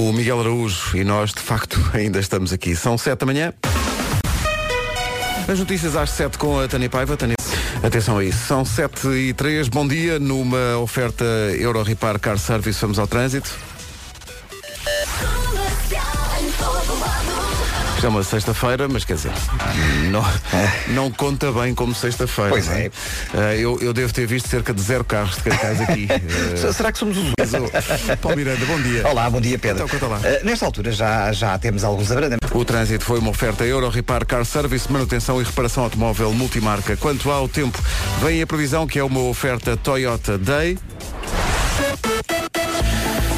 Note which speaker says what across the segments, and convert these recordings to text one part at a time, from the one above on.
Speaker 1: Miguel Araújo e nós, de facto, ainda estamos aqui. São 7 da manhã. As notícias às 7 com a Tânia Paiva. Tânia... Atenção a isso. São 7 e 3. Bom dia. Numa oferta Euro Repar Car Service, vamos ao trânsito. Já é uma sexta-feira, mas quer dizer, não, não conta bem como sexta-feira.
Speaker 2: Pois
Speaker 1: não
Speaker 2: é.
Speaker 1: Ah, eu, eu devo ter visto cerca de zero carros de cartaz aqui. Ah,
Speaker 2: Será que somos os
Speaker 1: mas o- Paulo Miranda, bom dia.
Speaker 2: É. Olá, bom dia Pedro.
Speaker 1: Então, conta lá.
Speaker 2: Eh, nesta altura já, já temos alguns abrandamentos.
Speaker 1: O trânsito foi uma oferta Euro Repar Car Service, manutenção e reparação automóvel multimarca. Quanto ao tempo, vem a previsão que é uma oferta Toyota Day.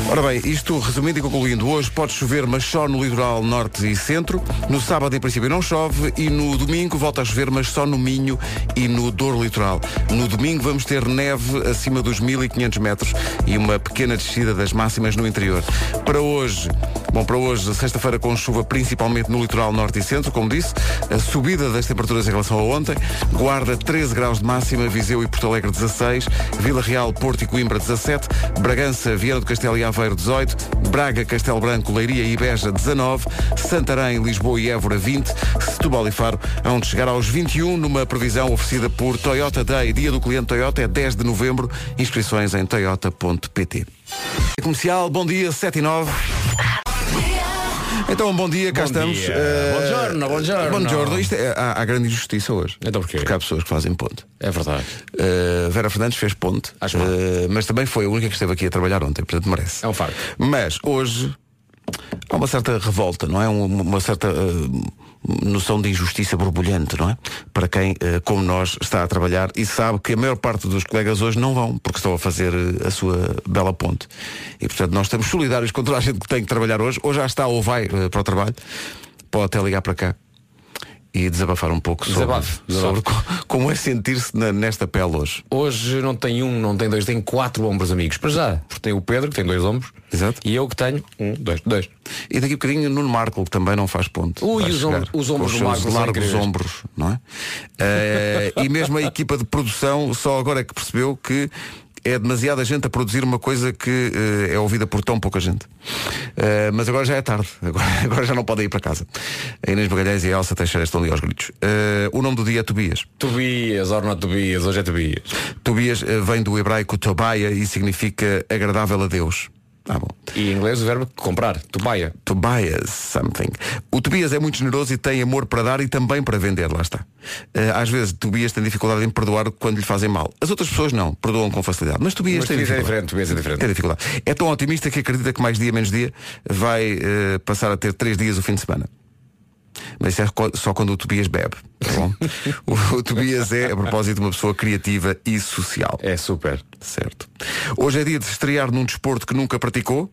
Speaker 1: Ora bem, isto resumindo e concluindo, hoje pode chover, mas só no litoral norte e centro. No sábado, em princípio, não chove e no domingo volta a chover, mas só no Minho e no Douro Litoral. No domingo vamos ter neve acima dos 1500 metros e uma pequena descida das máximas no interior. Para hoje, bom, para hoje, sexta-feira com chuva principalmente no litoral norte e centro, como disse, a subida das temperaturas em relação a ontem, Guarda 13 graus de máxima, Viseu e Porto Alegre 16, Vila Real, Porto e Coimbra 17, Bragança, Vieira do Castelo e Aveiro 18, Braga, Castelo Branco, Leiria e Beja 19, Santarém, Lisboa e Évora 20, Setúbal e Faro hão de chegar aos 21 numa previsão oferecida por Toyota Day. Dia do cliente Toyota é 10 de novembro. Inscrições em toyota.pt. É Comercial, bom dia, 7 e 9. Então, bom dia, cá
Speaker 3: Bom
Speaker 1: estamos.
Speaker 3: dia.
Speaker 1: Eh,
Speaker 3: Buongiorno, buongiorno.
Speaker 1: buongiorno. Isto é- há, há grande injustiça hoje.
Speaker 3: Então porquê?
Speaker 1: Porque há pessoas que fazem ponte.
Speaker 3: É verdade.
Speaker 1: Uh, Vera Fernandes fez ponte,
Speaker 3: Acho mal.
Speaker 1: Uh, mas também foi a única que esteve aqui a trabalhar ontem, portanto merece.
Speaker 3: É um facto.
Speaker 1: Mas hoje há uma certa revolta, não é? Um- Uma certa uh, noção de injustiça borbulhante, não é? Para quem, uh, como nós, está a trabalhar e sabe que a maior parte dos colegas hoje não vão, porque estão a fazer uh, a sua bela ponte. E portanto nós estamos solidários com toda a gente que tem que trabalhar hoje, ou já está ou vai uh, para o trabalho, pode até ligar para cá. E desabafar um pouco sobre,
Speaker 3: Desabafe,
Speaker 1: sobre
Speaker 3: desabafe.
Speaker 1: co- como é sentir-se na- nesta pele hoje.
Speaker 3: Hoje não tem um, não tem dois, tem quatro ombros amigos. Para já, porque tem o Pedro, que tem dois ombros.
Speaker 1: Exato.
Speaker 3: E eu que tenho um, dois, dois.
Speaker 1: E daqui a bocadinho Nuno Marco, que também não faz ponto.
Speaker 3: Ui,
Speaker 1: Vai
Speaker 3: os
Speaker 1: chegar
Speaker 3: ombros- os
Speaker 1: com os
Speaker 3: ombros do
Speaker 1: seus
Speaker 3: Marco são
Speaker 1: largos
Speaker 3: incríveis.
Speaker 1: ombros, não é? Eh, e mesmo a equipa de produção só agora é que percebeu que é demasiada gente a produzir uma coisa que eh, é ouvida por tão pouca gente. Eh, mas agora já é tarde, agora, agora já não podem ir para casa. A Inês Magalhães e a Elsa Teixeira estão ali aos gritos. Eh, o nome do dia é Tobias.
Speaker 3: Tobias, or not Tobias, hoje é Tobias.
Speaker 1: Tobias eh, vem do hebraico Tobaia e significa agradável a Deus. Ah, bom.
Speaker 3: E em inglês o verbo comprar, Tobaia.
Speaker 1: Tobias something. O Tobias é muito generoso e tem amor para dar e também para vender, lá está. Eh, às vezes Tobias tem dificuldade em perdoar quando lhe fazem mal. As outras pessoas não, perdoam com facilidade. Mas Tobias
Speaker 3: Mas
Speaker 1: tem
Speaker 3: Tobias é
Speaker 1: dificuldade.
Speaker 3: diferente, Tobias é diferente.
Speaker 1: Tem dificuldade. É tão otimista que acredita que mais dia menos dia vai eh, passar a ter três dias o fim de semana. Mas isso é co- só quando o Tobias bebe. tá bom? o, o Tobias é, a propósito, uma pessoa criativa e social.
Speaker 3: É super.
Speaker 1: Certo. Hoje é dia de se estrear num desporto que nunca praticou.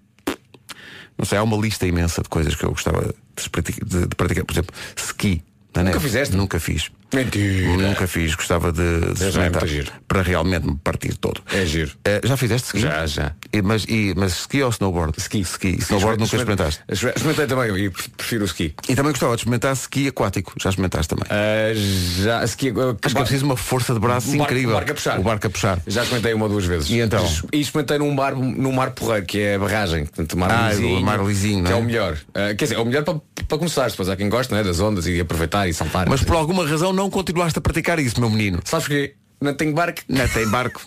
Speaker 1: Não sei, há uma lista imensa de coisas que eu gostava de, se praticar- de- de praticar. Por exemplo, ski. na neve.
Speaker 3: fizeste?
Speaker 1: Nunca fiz.
Speaker 3: Mentira.
Speaker 1: Nunca fiz. Gostava de, de
Speaker 3: é
Speaker 1: experimentar
Speaker 3: muito giro.
Speaker 1: para realmente me partir todo.
Speaker 3: É giro.
Speaker 1: Eh, já fizeste ski?
Speaker 3: Já, já.
Speaker 1: E- mas, e- mas ski ou snowboard? Ski. Snowboard nunca experimentaste.
Speaker 3: Experimentei também e prefiro o ski.
Speaker 1: E também gostava de experimentar ski aquático. Já experimentaste também.
Speaker 3: Ah, já, ski. ah,
Speaker 1: Acho que é preciso uma força de braço
Speaker 3: O barco-
Speaker 1: incrível.
Speaker 3: o barco a puxar.
Speaker 1: O barco a puxar.
Speaker 3: Já experimentei uma ou duas vezes.
Speaker 1: E então?
Speaker 3: E experimentei num mar, num mar porreiro, que é a barragem. Portanto, mar
Speaker 1: Ah,
Speaker 3: lisinho,
Speaker 1: o mar lisinho, não
Speaker 3: que
Speaker 1: é?
Speaker 3: é o melhor. Ah, quer dizer, é o melhor para, para começar. Depois há quem gosta não é? das ondas e aproveitar e saltar.
Speaker 1: Mas por alguma razão não continuaste a praticar isso, meu menino.
Speaker 3: Sabes que não tenho barco?
Speaker 1: Não é, tem barco.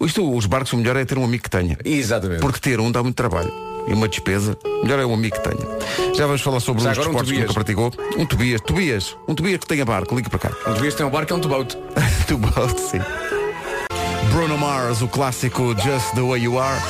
Speaker 1: Isto, os barcos, o melhor é ter um amigo que tenha.
Speaker 3: Exatamente.
Speaker 1: Porque ter um dá muito trabalho. E uma despesa. Melhor é um amigo que tenha. Já vamos falar sobre
Speaker 3: Já
Speaker 1: os
Speaker 3: agora um
Speaker 1: desportos que
Speaker 3: Tobias.
Speaker 1: nunca praticou. Um Tobias. Tobias. Um Tobias que tenha barco. Liga para cá.
Speaker 3: Um devias ter um barco é um tubote.
Speaker 1: tu bote, sim. Bruno Mars, o clássico Just the Way You Are,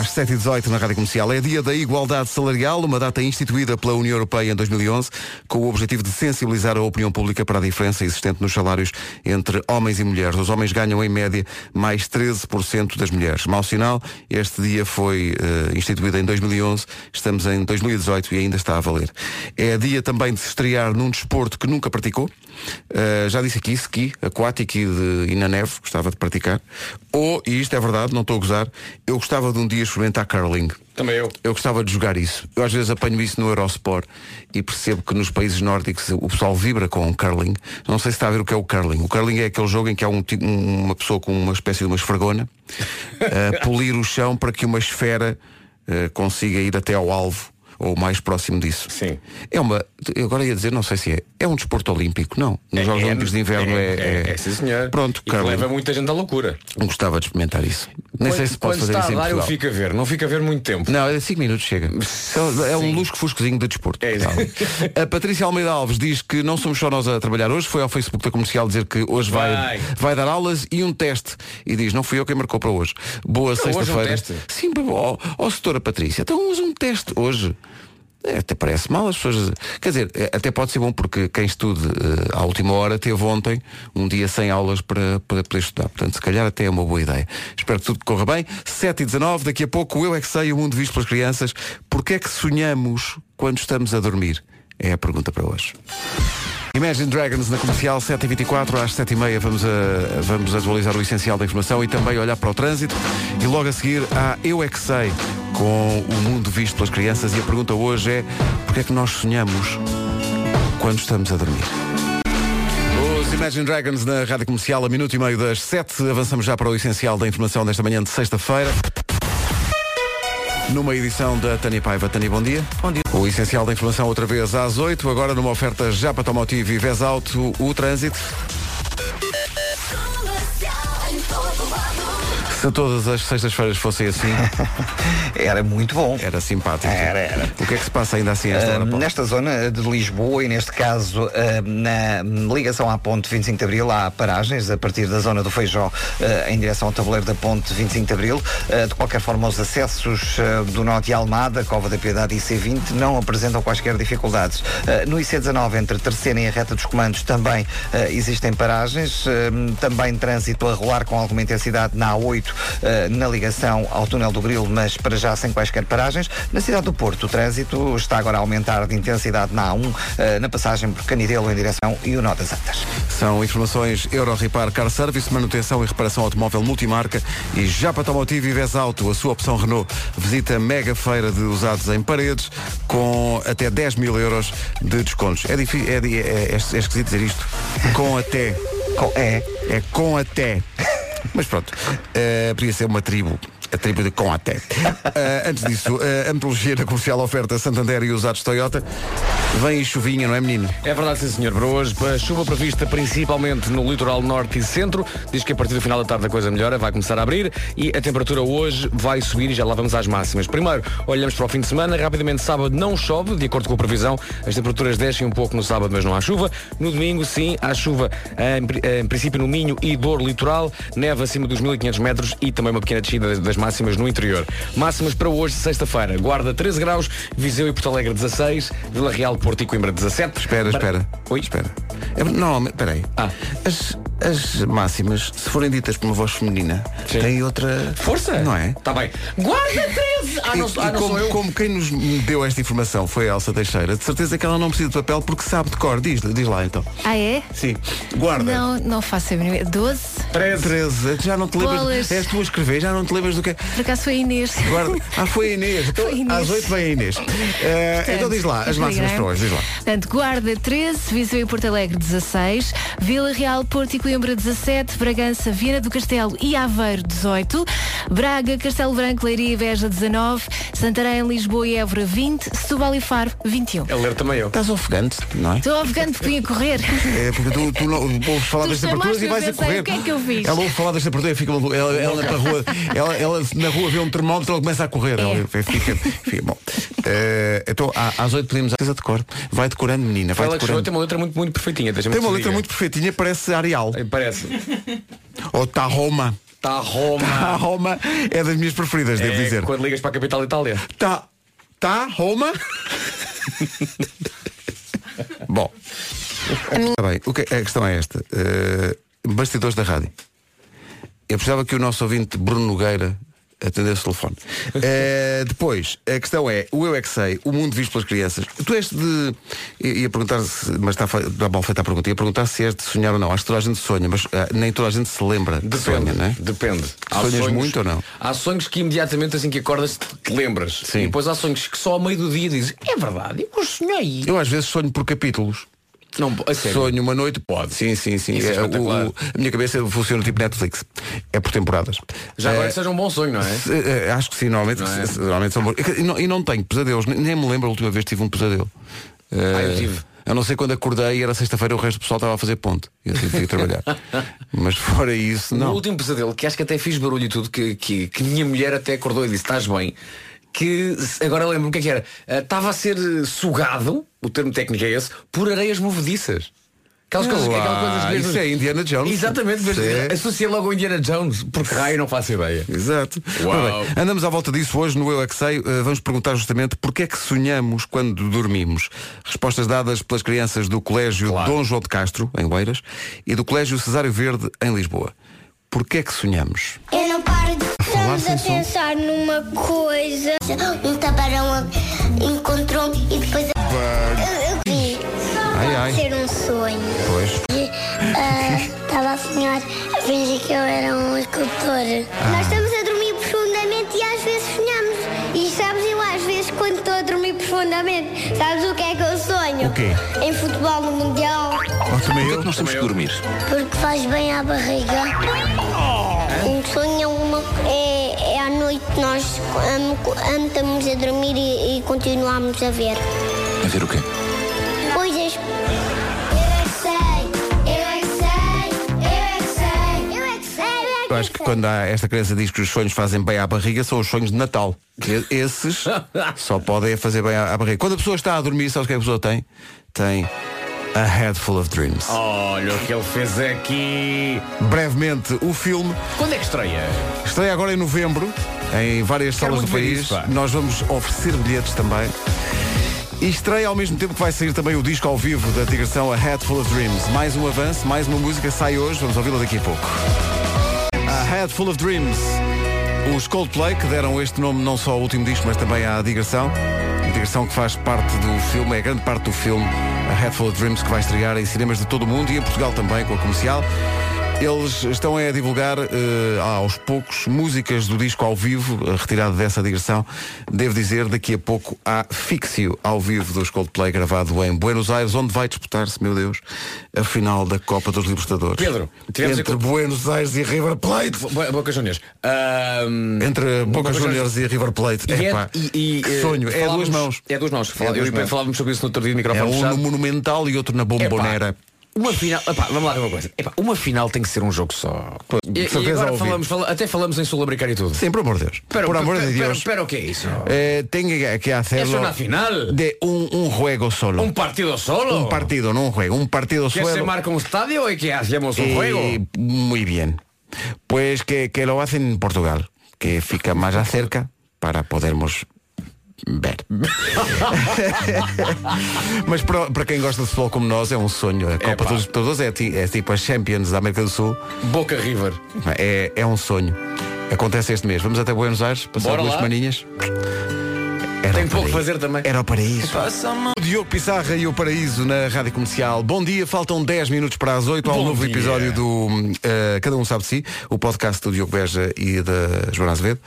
Speaker 1: às 7h18 na Rádio Comercial. É dia da igualdade salarial, uma data instituída pela União Europeia em 2011, com o objetivo de sensibilizar a opinião pública para a diferença existente nos salários entre homens e mulheres. Os homens ganham, em média, mais 13% das mulheres. Mau sinal, este dia foi eh, instituído em 2011, estamos em 2018 e ainda está a valer. É dia também de se estrear num desporto que nunca praticou. Eh, já disse aqui, ski, aquático e, de- e na neve, gostava de praticar. Ou, e isto é verdade, não estou a gozar, eu gostava de um dia experimentar curling.
Speaker 3: Também eu.
Speaker 1: Eu gostava de jogar isso. Eu às vezes apanho isso no Eurosport e percebo que nos países nórdicos o pessoal vibra com o curling. Não sei se está a ver o que é o curling. O curling é aquele jogo em que há um ti- um- uma pessoa com uma espécie de uma esfregona a polir o chão para que uma esfera eh, consiga eh, ir até ao alvo. ou mais próximo disso.
Speaker 3: Sim.
Speaker 1: É uma, eu agora ia dizer, não sei se é, é um desporto olímpico, não. Nos Jogos Olímpicos de Inverno é.
Speaker 3: É, é, sim, senhor.
Speaker 1: Pronto,
Speaker 3: e que
Speaker 1: Carla,
Speaker 3: leva muita gente à loucura.
Speaker 1: gostava de experimentar isso. Nem sei se
Speaker 3: Quando
Speaker 1: posso fazer
Speaker 3: está
Speaker 1: isso em
Speaker 3: a dar, eu
Speaker 1: Portugal.
Speaker 3: fico a ver. Não fico a ver muito tempo.
Speaker 1: Não, é 5 minutos chega. É, é um lusco-fuscozinho de desporto.
Speaker 3: É isso.
Speaker 1: Tá bem. a Patrícia Almeida Alves diz que não somos só nós a trabalhar hoje, foi ao Facebook da comercial dizer que hoje vai, vai.
Speaker 3: Vai.
Speaker 1: dar aulas e um teste. E diz, não fui eu quem marcou para Então, hoje. Boa
Speaker 3: hoje é um
Speaker 1: sexta-feira.
Speaker 3: teste?
Speaker 1: Sim, ó, ó setora Patrícia, então usa um teste hoje. É, até parece mal as pessoas. Quer dizer, é, até pode ser bom porque quem estude eh, à última hora teve ontem um dia sem aulas para, para poder estudar. Portanto, se calhar até é uma boa ideia. Espero que tudo corra bem. 7 e 19 daqui a pouco o Eu é que sei, o mundo visto pelas crianças. Porquê é que sonhamos quando estamos a dormir? É a pergunta para hoje. Imagine Dragons na comercial 7h24, às 7h30 vamos, a- vamos atualizar o essencial da informação e também olhar para o trânsito. E logo a seguir há Eu É Que Sei, com o mundo visto pelas crianças. E a pergunta hoje é: porquê é que nós sonhamos quando estamos a dormir? Os Imagine Dragons na rádio comercial, a minuto e meio das 7. Avançamos já para o essencial da informação desta manhã de sexta-feira. Numa edição da Tânia Paiva. Tânia, bom dia. Bom dia. O essencial da informação outra vez às 8, agora numa oferta já para Tomotivo e Vez Alto, o trânsito. Se todas as sextas-feiras fossem assim,
Speaker 2: Era muito bom.
Speaker 1: era simpático.
Speaker 2: Era, era.
Speaker 1: O que é que se passa ainda assim a esta
Speaker 2: Ah,
Speaker 1: hora? Paulo?
Speaker 2: nesta zona de Lisboa e neste caso ah, na ligação à ponte 25 de Abril há paragens a partir da zona do Feijó ah, em direção ao tabuleiro da ponte 25 de Abril Ah, de qualquer forma os acessos ah, do Norte e Almada, Cova da Piedade e C20 não apresentam quaisquer dificuldades Ah, no IC19 entre a terceira e a reta dos comandos também ah, existem paragens Ah, também trânsito a rolar com alguma intensidade na A8 ah, na ligação ao túnel do Grilo mas para já sem quaisquer paragens na cidade do Porto o trânsito está agora a aumentar de intensidade na A1 ah, na passagem por Canidelo em direção e o Nó das Antas
Speaker 1: São informações Euro Repar Car Service, manutenção e reparação automóvel multimarca e já para Tomotivo e Vez Auto, a sua opção Renault. Visita a mega feira de usados em paredes com até 10 mil euros de descontos. É, difí- é di- é- é- é esquisito dizer isto. Com até.
Speaker 2: Com- é
Speaker 1: É com até. Mas pronto, eh, podia ser uma tribo. A tribo de com até. Eh, antes disso, eh, a metodologia da comercial oferta Santander e usados Toyota. Vem chuvinha, não é menino?
Speaker 3: É verdade, sim, senhor. Para hoje, para chuva prevista principalmente no litoral norte e centro. Diz que a partir do final da tarde a coisa melhora, vai começar a abrir e a temperatura hoje vai subir e já lá vamos às máximas. Primeiro, olhamos para o fim de semana. Rapidamente, sábado não chove, de acordo com a previsão. As temperaturas descem um pouco no sábado, mas não há chuva. No domingo, sim, há chuva eh, em, pri- eh, em princípio no Minho e Douro Litoral. Neve acima dos 1500 metros e também uma pequena descida das- das máximas no interior. Máximas para hoje, sexta-feira. Guarda 13 graus, Viseu e Porto Alegre 16, Vila Real, Porto e Coimbra 17.
Speaker 1: Espera,
Speaker 3: Bar-
Speaker 1: espera.
Speaker 3: Oi?
Speaker 1: Espera. É, normalmente, peraí.
Speaker 3: Ah.
Speaker 1: As, as máximas, se forem ditas por uma voz feminina,
Speaker 3: Sim.
Speaker 1: têm outra.
Speaker 3: Força!
Speaker 1: Não é?
Speaker 3: Tá bem. Guarda 13! Ah,
Speaker 1: E-
Speaker 3: não,
Speaker 1: e
Speaker 3: sou- ah, não
Speaker 1: como,
Speaker 3: sou eu.
Speaker 1: como quem nos deu esta informação foi a Elsa Teixeira, de certeza que ela não precisa de papel porque sabe de cor. Diz, diz lá então.
Speaker 4: Ah, é?
Speaker 1: Sim. Guarda.
Speaker 4: Não, não faço a mínima. 12?
Speaker 3: 13.
Speaker 1: 13, já não te lembras.
Speaker 4: Bolas.
Speaker 1: És tu a escrever, já não te lembras do que é.
Speaker 4: Por acaso foi a Inês.
Speaker 1: Guarda. Ah, foi a Inês. Então,
Speaker 4: Foi a Inês.
Speaker 1: Às 8 vem a Inês. Eh, então diz lá, as
Speaker 4: Portanto,
Speaker 1: máximas para hoje, diz lá.
Speaker 4: Portanto, Guarda 13, Viseu e Porto Alegre 16, Vila Real, Porto e Coimbra 17, Bragança, Viana do Castelo e Aveiro 18, Braga, Castelo Branco, Leiria e Veja 19, Santarém, Lisboa e Évora 20, Setúbal e Faro 21.
Speaker 3: A ler É um também eu.
Speaker 1: Estás ofegante, não é?
Speaker 4: Estou afegando porque vim a correr.
Speaker 1: É porque tu, tu não ouves falar
Speaker 4: Tu
Speaker 1: das temperaturas e
Speaker 4: chamaste-me,
Speaker 1: vais a
Speaker 4: eu pensei,
Speaker 1: correr.
Speaker 4: o que é que eu fiz?
Speaker 1: Ela ouve falar das temperaturas e fica maluca. Ela, ela na rua, ela, ela na rua vê um termómetro, ela começa a correr.
Speaker 4: É.
Speaker 1: Ela fica, fica- bom. Eh, então, à- às 8 pedimos a coisa de cor. Vai decorando, menina. Vai
Speaker 3: Ela é que chegou,
Speaker 1: decorando.
Speaker 3: tem uma letra muito, É. muito perfeitinha. Tem
Speaker 1: Tem uma letra muito perfeitinha, parece Arial.
Speaker 3: Parece.
Speaker 1: Ou tá Roma. Tá
Speaker 3: Está Roma.
Speaker 1: Roma é das minhas preferidas, devo
Speaker 3: É
Speaker 1: dizer.
Speaker 3: Quando ligas para a capital Itália.
Speaker 1: Tá. Tá Roma? bom. Tá bem, o que, a questão é esta. Eh, bastidores da rádio. Eu precisava que o nosso ouvinte Bruno Nogueira atendesse o telefone. Eh, depois, a questão é, o Eu É Que Sei, o mundo visto pelas crianças. Tu és de. I- Ia perguntar se. Mas está, fe- está mal feita a pergunta. Ia perguntar se és de sonhar ou não. Acho que toda a gente sonha, mas ah, nem toda a gente se lembra de sonha, não é?
Speaker 3: Depende.
Speaker 1: Sonhas muito ou não?
Speaker 3: Há sonhos que imediatamente assim que acordas te lembras.
Speaker 1: Sim.
Speaker 3: E depois há sonhos que só ao meio do dia dizes, é verdade, eu sonhei.
Speaker 1: Eu às vezes sonho por capítulos.
Speaker 3: Não, a sério.
Speaker 1: Sonho uma noite, pode. Sim, sim, sim.
Speaker 3: Isso é
Speaker 1: É, o-
Speaker 3: espetacular.
Speaker 1: o- a minha cabeça funciona tipo Netflix. É por temporadas.
Speaker 3: Já agora
Speaker 1: Eh,
Speaker 3: que seja um bom sonho, não é?
Speaker 1: se- eh, acho que sim, normalmente,
Speaker 3: Não é?
Speaker 1: se- normalmente são bons. E que- E não, e não tenho pesadelos, nem, nem me lembro a última vez que tive um pesadelo.
Speaker 3: Ah, eu
Speaker 1: Eh,
Speaker 3: tive.
Speaker 1: A não ser quando acordei e era sexta-feira o resto do pessoal estava a fazer ponte. E eu tive que ir trabalhar. Mas fora isso,
Speaker 3: O
Speaker 1: não.
Speaker 3: último pesadelo, que acho que até fiz barulho e tudo, que, que, que minha mulher até acordou e disse, estás bem. Que se- agora lembro-me o que é que era. Ah, Estava a ser eh, sugado, o termo técnico é esse, por areias movediças. Aquelas coisas,
Speaker 1: Olá,
Speaker 3: aquelas coisas mesmo-
Speaker 1: isso é Indiana Jones.
Speaker 3: Exatamente, mas
Speaker 1: Sim.
Speaker 3: associa logo ao Indiana Jones, porque raio não faço ideia.
Speaker 1: Exato.
Speaker 3: Uau.
Speaker 1: Ora bem, andamos à volta disso hoje no Eu é que sei. Eh, Vamos perguntar justamente porque é que sonhamos quando dormimos. Respostas dadas pelas crianças do Colégio Dom João de Castro, em Oeiras, e do Colégio Cesário Verde, em Lisboa. Porquê é que sonhamos?
Speaker 5: Eu não paro de.
Speaker 1: Falar
Speaker 5: Estamos
Speaker 1: sem
Speaker 5: a
Speaker 1: som.
Speaker 5: pensar numa coisa. Um tabarão encontrou e depois. Eu, eu vi.
Speaker 1: Ai, ai.
Speaker 5: Pode ser um sonho.
Speaker 1: Pois.
Speaker 5: Estava a sonhar a fingir que eu era um escultor.
Speaker 1: Ah.
Speaker 5: Nós estamos a dormir profundamente e às vezes sonhamos. E sabes, eu às vezes quando estou a dormir profundamente, sabes o que é que eu sonho?
Speaker 1: O quê?
Speaker 5: Em futebol no Mundial.
Speaker 1: também
Speaker 6: Porquê é que nós temos que dormir?
Speaker 5: Porque faz bem à barriga. Um sonho é, uma, é, é à noite nós am- am- estamos a dormir e, e continuamos a ver.
Speaker 6: A ver o quê?
Speaker 5: Coisas. Eu é que sei, eu é que sei, eu é que sei, eu é que sei.
Speaker 1: Eu acho que quando há- esta criança diz que os sonhos fazem bem à barriga, são os sonhos de Natal. E- Esses só podem fazer bem à à barriga. Quando a pessoa está a dormir, sabes o que é que a pessoa tem? Tem a head full of dreams.
Speaker 3: Olha o que ele fez aqui.
Speaker 1: Brevemente, o filme
Speaker 3: Quando é que estreia?
Speaker 1: Estreia agora em novembro, em várias
Speaker 3: Quero
Speaker 1: salas do
Speaker 3: muito ver
Speaker 1: país.
Speaker 3: isso, pá.
Speaker 1: Nós vamos oferecer bilhetes também. E estreia ao mesmo tempo que vai sair também o disco ao vivo da digressão A Head Full of Dreams. Mais um avanço, mais uma música sai hoje, vamos ouvi-la daqui a pouco. A Head Full of Dreams. Os Coldplay, que deram este nome não só ao último disco, mas também à digressão. A digressão que faz parte do filme, é grande parte do filme A Head Full of Dreams, que vai estrear em cinemas de todo o mundo e em Portugal também, com a comercial. Eles estão a divulgar eh, aos poucos músicas do disco ao vivo, eh, retirado dessa digressão. Devo dizer, daqui a pouco há Fixio ao vivo dos Coldplay, gravado em Buenos Aires, onde vai disputar-se, meu Deus, a final da Copa dos Libertadores.
Speaker 3: Pedro, tivemos
Speaker 1: entre
Speaker 3: aqui-
Speaker 1: Buenos Aires e River Plate.
Speaker 3: Bo- Boca Juniors. Ahm,
Speaker 1: Entre Boca
Speaker 3: Boca
Speaker 1: Juniors e River Plate.
Speaker 3: e é-
Speaker 1: Epá,
Speaker 3: e- e,
Speaker 1: que
Speaker 3: eh,
Speaker 1: sonho. É a duas
Speaker 3: falávamos-
Speaker 1: mãos.
Speaker 3: É a duas mãos. Falá-
Speaker 1: É a duas
Speaker 3: eu e o Pedro
Speaker 1: mãos.
Speaker 3: falávamos sobre isso no outro dia de
Speaker 1: É
Speaker 3: microfone
Speaker 1: um
Speaker 3: fechado.
Speaker 1: no Monumental e outro na
Speaker 3: Epá,
Speaker 1: Bombonera.
Speaker 3: Uma final, epá, vamos lá ver uma coisa. Epá, uma final tem que ser um jogo só. E, e
Speaker 1: certeza ao
Speaker 3: agora
Speaker 1: vivo.
Speaker 3: falamos, fala- até falamos em sul-americano e tudo.
Speaker 1: Sim, por amor de Deus.
Speaker 3: Pero-
Speaker 1: por amor
Speaker 3: pero-
Speaker 1: de
Speaker 3: pero-
Speaker 1: Deus.
Speaker 3: pero, o que é isso?
Speaker 1: eh, tenga que hacerlo
Speaker 3: Eso na final.
Speaker 1: de un, un juego solo.
Speaker 3: Um partido solo?
Speaker 1: Un partido, no un juego. Un partido
Speaker 3: Que é se
Speaker 1: solo.
Speaker 3: marca um un estadio y é que hacemos um un
Speaker 1: Eh,
Speaker 3: juego.
Speaker 1: muy bien. Pues que, que lo hacen en Portugal, que fica más cerca para podermos ver. Mas para, para quem gosta de futebol como nós, é um sonho. A Copa
Speaker 3: Epá.
Speaker 1: dos Libertadores é, ti- é tipo as Champions da América do Sul.
Speaker 3: Boca River.
Speaker 1: É, é um sonho. Acontece este mês. Vamos até Buenos Aires, passar
Speaker 3: Bora
Speaker 1: duas
Speaker 3: lá.
Speaker 1: semaninhas. Era
Speaker 3: Tem
Speaker 1: o
Speaker 3: pouco
Speaker 1: paraíso.
Speaker 3: fazer também.
Speaker 1: Era o paraíso. O Diogo Pissarra e o Paraíso na Rádio Comercial. Bom dia, faltam 10 minutos para as 8 ao
Speaker 3: Bom
Speaker 1: novo
Speaker 3: dia.
Speaker 1: episódio do hum, eh, Cada Um Sabe de Si, o podcast do Diogo Beja e da Joana Azevedo.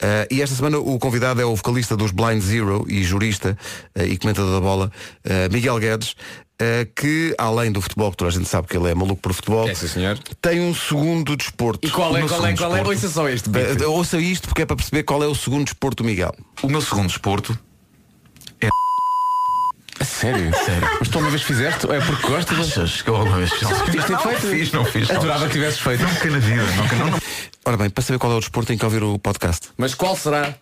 Speaker 1: Eh, e esta semana o convidado é o vocalista dos Blind Zero e jurista eh, e comentador da bola, eh, Miguel Guedes, eh, que além do futebol, que toda a gente sabe que ele é maluco por futebol,
Speaker 3: É, sim, senhor.
Speaker 1: tem um segundo desporto.
Speaker 3: E qual é,
Speaker 1: No
Speaker 3: qual é,
Speaker 1: segundo
Speaker 3: qual é?
Speaker 1: desporto.
Speaker 3: Ouça só este.
Speaker 1: Eh, eh, Ouça isto porque é para perceber qual é o segundo desporto do Miguel.
Speaker 6: O meu segundo desporto é. Sério? Sério.
Speaker 3: Mas tu uma vez fizeste? É porque gostas?
Speaker 6: Achas que eu alguma vez fiz? Não, fiz, não fiz.
Speaker 3: Adorava que tivesses feito.
Speaker 6: Nunca na vida, nunca, não, não.
Speaker 1: Ora bem, para saber qual é o desporto tem que ouvir o podcast.
Speaker 3: Mas qual será?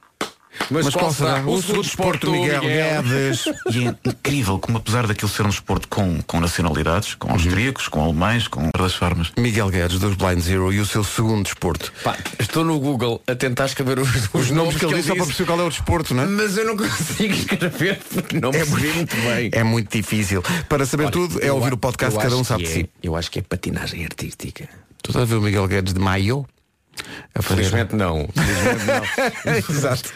Speaker 1: Mas qual será o segundo desporto do Miguel Guedes?
Speaker 6: E é incrível como apesar daquilo ser um desporto com, com nacionalidades, com austríacos, com alemães, com outras formas.
Speaker 1: Miguel Guedes dos Blind Zero e o seu segundo desporto.
Speaker 3: Pá, estou no Google a tentar escrever os, os
Speaker 1: Os nomes que ele disse só para perceber qual é o desporto, não é?
Speaker 3: Mas eu não consigo escrever porque não percebi muito bem.
Speaker 1: É muito difícil. Para saber tudo é
Speaker 3: Eu
Speaker 1: ouvir
Speaker 3: a-
Speaker 1: o podcast
Speaker 3: eu
Speaker 1: Cada Um
Speaker 3: acho
Speaker 1: Sabe
Speaker 3: que
Speaker 1: de
Speaker 3: é-
Speaker 1: Si.
Speaker 3: Eu acho que é patinagem artística.
Speaker 1: Tu estás a ver o Miguel Guedes de Maio? A fazer.
Speaker 3: Felizmente não. Felizmente não.
Speaker 1: Exato.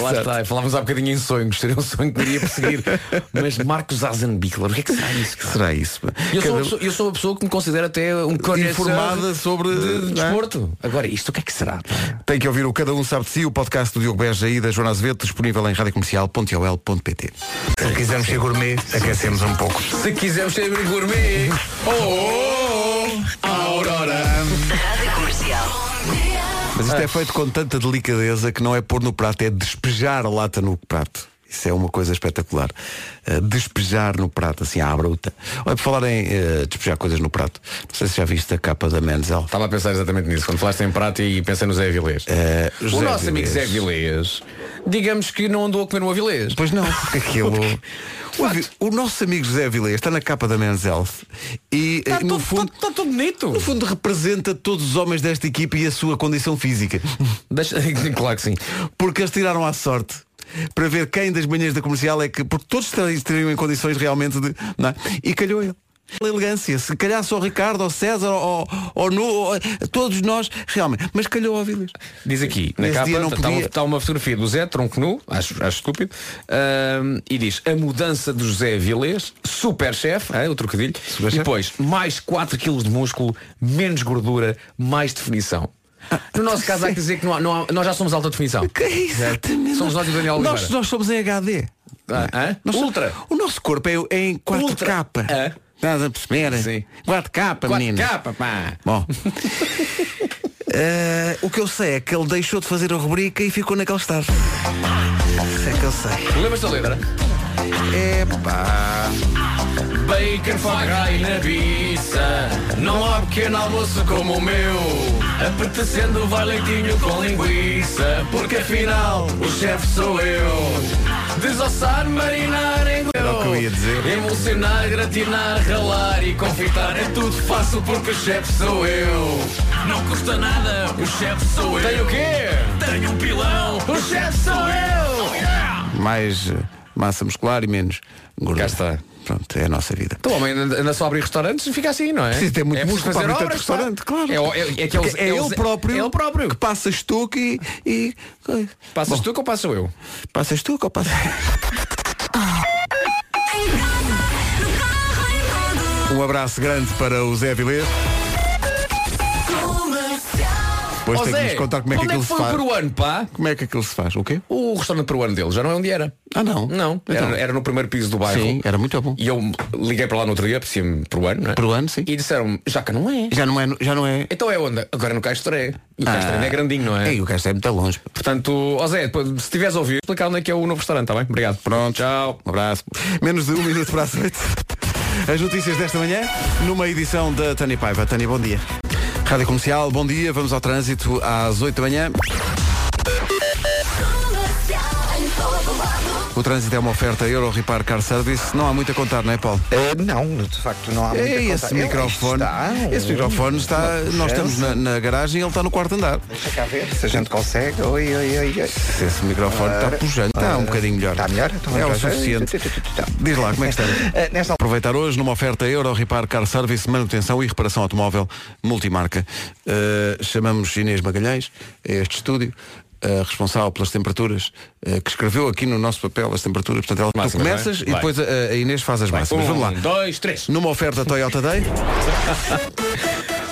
Speaker 3: Lá está, falávamos há bocadinho em sonhos, seria um sonho que me iria perseguir. Mas Marcos Azenbichler, o que é que será isso? um-
Speaker 1: Que será isso?
Speaker 3: Eu sou,
Speaker 1: Cada-
Speaker 3: uma pessoa, eu sou uma pessoa que me considero até um conhecedor
Speaker 1: Informada sobre,
Speaker 3: de, de
Speaker 1: não é?
Speaker 3: desporto. Agora, isto o que é que será?
Speaker 1: Tem que ouvir o Cada Um Sabe de Si, o podcast do Diogo Beja e da Joana Azevedo, disponível em radiocomercial.ol.pt. Se quisermos ser gourmet, aquecemos um pouco.
Speaker 3: Se quisermos ser gourmet, oh,
Speaker 7: Rádio Comercial.
Speaker 1: Mas isto é feito com tanta delicadeza que não é pôr no prato, é despejar a lata no prato. Isso é uma coisa espetacular. Uh, despejar no prato, assim, à bruta. Olha, por falar em uh, despejar coisas no prato, não sei se já viste a capa da Men's Health.
Speaker 3: Estava a pensar exatamente nisso, quando falaste em prato e pensei no Zé Avilés.
Speaker 1: Eh,
Speaker 3: o
Speaker 1: José
Speaker 3: nosso amigo Zé
Speaker 1: Avilés.
Speaker 3: Avilés, digamos que não andou a comer um Avilés.
Speaker 1: Pois não, porque aquilo. o, avi- o nosso amigo José Vilés está na capa da Men's Health e, eh,
Speaker 3: Está
Speaker 1: no
Speaker 3: Tá todo,
Speaker 1: fundo,
Speaker 3: está- está todo bonito.
Speaker 1: no fundo representa todos os homens desta equipa e a sua condição física.
Speaker 3: Deixa- claro que sim.
Speaker 1: Porque eles tiraram à sorte para ver quem das manhãs da comercial é que. Porque todos ter- estariam em condições realmente de. não é? E calhou ele. Pela Elegância, se calhar só o Ricardo ou César ou, ou, Nu, ou- todos nós, realmente, mas calhou ao Vilas.
Speaker 3: Diz aqui, na
Speaker 1: Nesse
Speaker 3: capa
Speaker 1: dia não
Speaker 3: está uma,
Speaker 1: podia.
Speaker 3: tá uma fotografia do Zé, tronco nu, acho, acho estúpido, ahm, e diz a mudança do José Vilés, super chefe, é, o trocadilho,
Speaker 1: Superchef.
Speaker 3: depois mais 4 kg de músculo, menos gordura, mais definição.
Speaker 1: Ah,
Speaker 3: No nosso caso há que dizer que não há- não há- nós já somos alta definição.
Speaker 1: é Exatamente.
Speaker 3: Somos nós e o Daniel Oliveira.
Speaker 1: nós, nós somos em HD.
Speaker 3: Ah, hã?
Speaker 1: é? Nós somos-
Speaker 3: Ultra.
Speaker 1: o nosso corpo é, é em 4K.
Speaker 3: É.
Speaker 1: Estás a perceber?
Speaker 3: Sim.
Speaker 1: 4K, menino.
Speaker 3: capa, pá.
Speaker 1: Bom. Eh, o que eu sei é que ele deixou de fazer a rubrica e ficou naquele estado. Isso é que eu sei.
Speaker 3: Lembras da letra?
Speaker 1: Epá.
Speaker 3: Bacon, faga e nabiça Não há pequeno almoço como o meu Apetecendo vai leitinho com linguiça Porque afinal o chefe sou eu Desossar, marinar, Era
Speaker 1: o que eu ia dizer.
Speaker 3: Emulsionar, gratinar, ralar e confitar É tudo fácil porque o chefe sou eu Não custa nada, o chefe sou eu Tenho o quê? Tenho um pilão, o chefe sou eu
Speaker 1: Mais eh, massa muscular e menos gordura.
Speaker 3: Cá está.
Speaker 1: Pronto, é a nossa vida.
Speaker 3: Então, homem, anda anda só a abrir restaurantes e fica assim, não é?
Speaker 1: Precisa ter muito
Speaker 3: é preciso
Speaker 1: músculo para abrir tanto
Speaker 3: obras, pá.
Speaker 1: restaurante, claro.
Speaker 3: É, o- é, é que é, o-
Speaker 1: Porque é
Speaker 3: é o
Speaker 1: ele
Speaker 3: Zé-
Speaker 1: próprio,
Speaker 3: É ele próprio.
Speaker 1: que passa estuque e. e
Speaker 3: Passas
Speaker 1: Bom,
Speaker 3: tu que eu passo eu?
Speaker 1: Passa estuque ou passa. Um abraço grande para o Zé Vilés. Depois
Speaker 3: Ó,
Speaker 1: tem que
Speaker 3: Zé,
Speaker 1: nos contar como é que
Speaker 3: onde
Speaker 1: aquilo se
Speaker 3: foi o
Speaker 1: faz.
Speaker 3: peruano, pá?
Speaker 1: Como é que aquilo se faz? O quê?
Speaker 3: O restaurante peruano dele já não é onde era.
Speaker 1: Ah, não?
Speaker 3: Não, era,
Speaker 1: Então.
Speaker 3: era no primeiro piso do bairro.
Speaker 1: Sim, era muito bom.
Speaker 3: E eu liguei para lá no outro dia, parecia-me peruano, não é?
Speaker 1: Peruano, sim.
Speaker 3: E disseram-me, já que não é.
Speaker 1: Já não é. Já não é.
Speaker 3: Então é onde? Agora é no Castoré. E o Castoré é grandinho, não é?
Speaker 1: Ah. Ei, o gajo é muito longe.
Speaker 3: Portanto, ó Zé, depois, se tiveres a ouvir, explicar onde é que é o novo restaurante, está bem? Obrigado.
Speaker 1: Pronto.
Speaker 3: Tchau.
Speaker 1: Um abraço. Menos de um minuto para as oito. As notícias desta manhã, numa edição da Tânia Paiva. Tânia, bom dia. Rádio Comercial, bom dia. Vamos ao trânsito às 8 da manhã. O trânsito é uma oferta Euro Repar Car Service. Não há muito a contar, não é, Paulo?
Speaker 2: Eh, não, de facto, não há muita
Speaker 1: É
Speaker 2: conta.
Speaker 1: esse
Speaker 2: Ele
Speaker 1: microfone.
Speaker 2: está,
Speaker 1: Esse
Speaker 2: um-
Speaker 1: microfone
Speaker 2: uma
Speaker 1: está. Nós estamos
Speaker 2: pujança.
Speaker 1: na, na garagem e ele está no quarto andar.
Speaker 2: Deixa cá ver se a gente consegue. Oi, oi, oi, oi.
Speaker 1: Esse microfone está
Speaker 2: Ora,
Speaker 1: pujante. Está
Speaker 2: ora,
Speaker 1: um bocadinho melhor.
Speaker 2: Está melhor? Então
Speaker 1: É o
Speaker 2: vamos lá.
Speaker 1: suficiente. Diz lá, como é que está?
Speaker 2: Eh, Nesta
Speaker 1: Aproveitar hoje numa oferta Euro Repar Car Service, manutenção e reparação automóvel multimarca. Uh, chamamos Inês Magalhães a este estúdio, uh, responsável pelas temperaturas, uh, que escreveu aqui no nosso papel as temperaturas. Portanto, ela, tu
Speaker 3: Máximas,
Speaker 1: começas
Speaker 3: não é?
Speaker 1: e
Speaker 3: Vai.
Speaker 1: depois a, a Inês faz as máximas. Vamos lá.
Speaker 3: Um, dois, três.
Speaker 1: Numa oferta Toyota Day,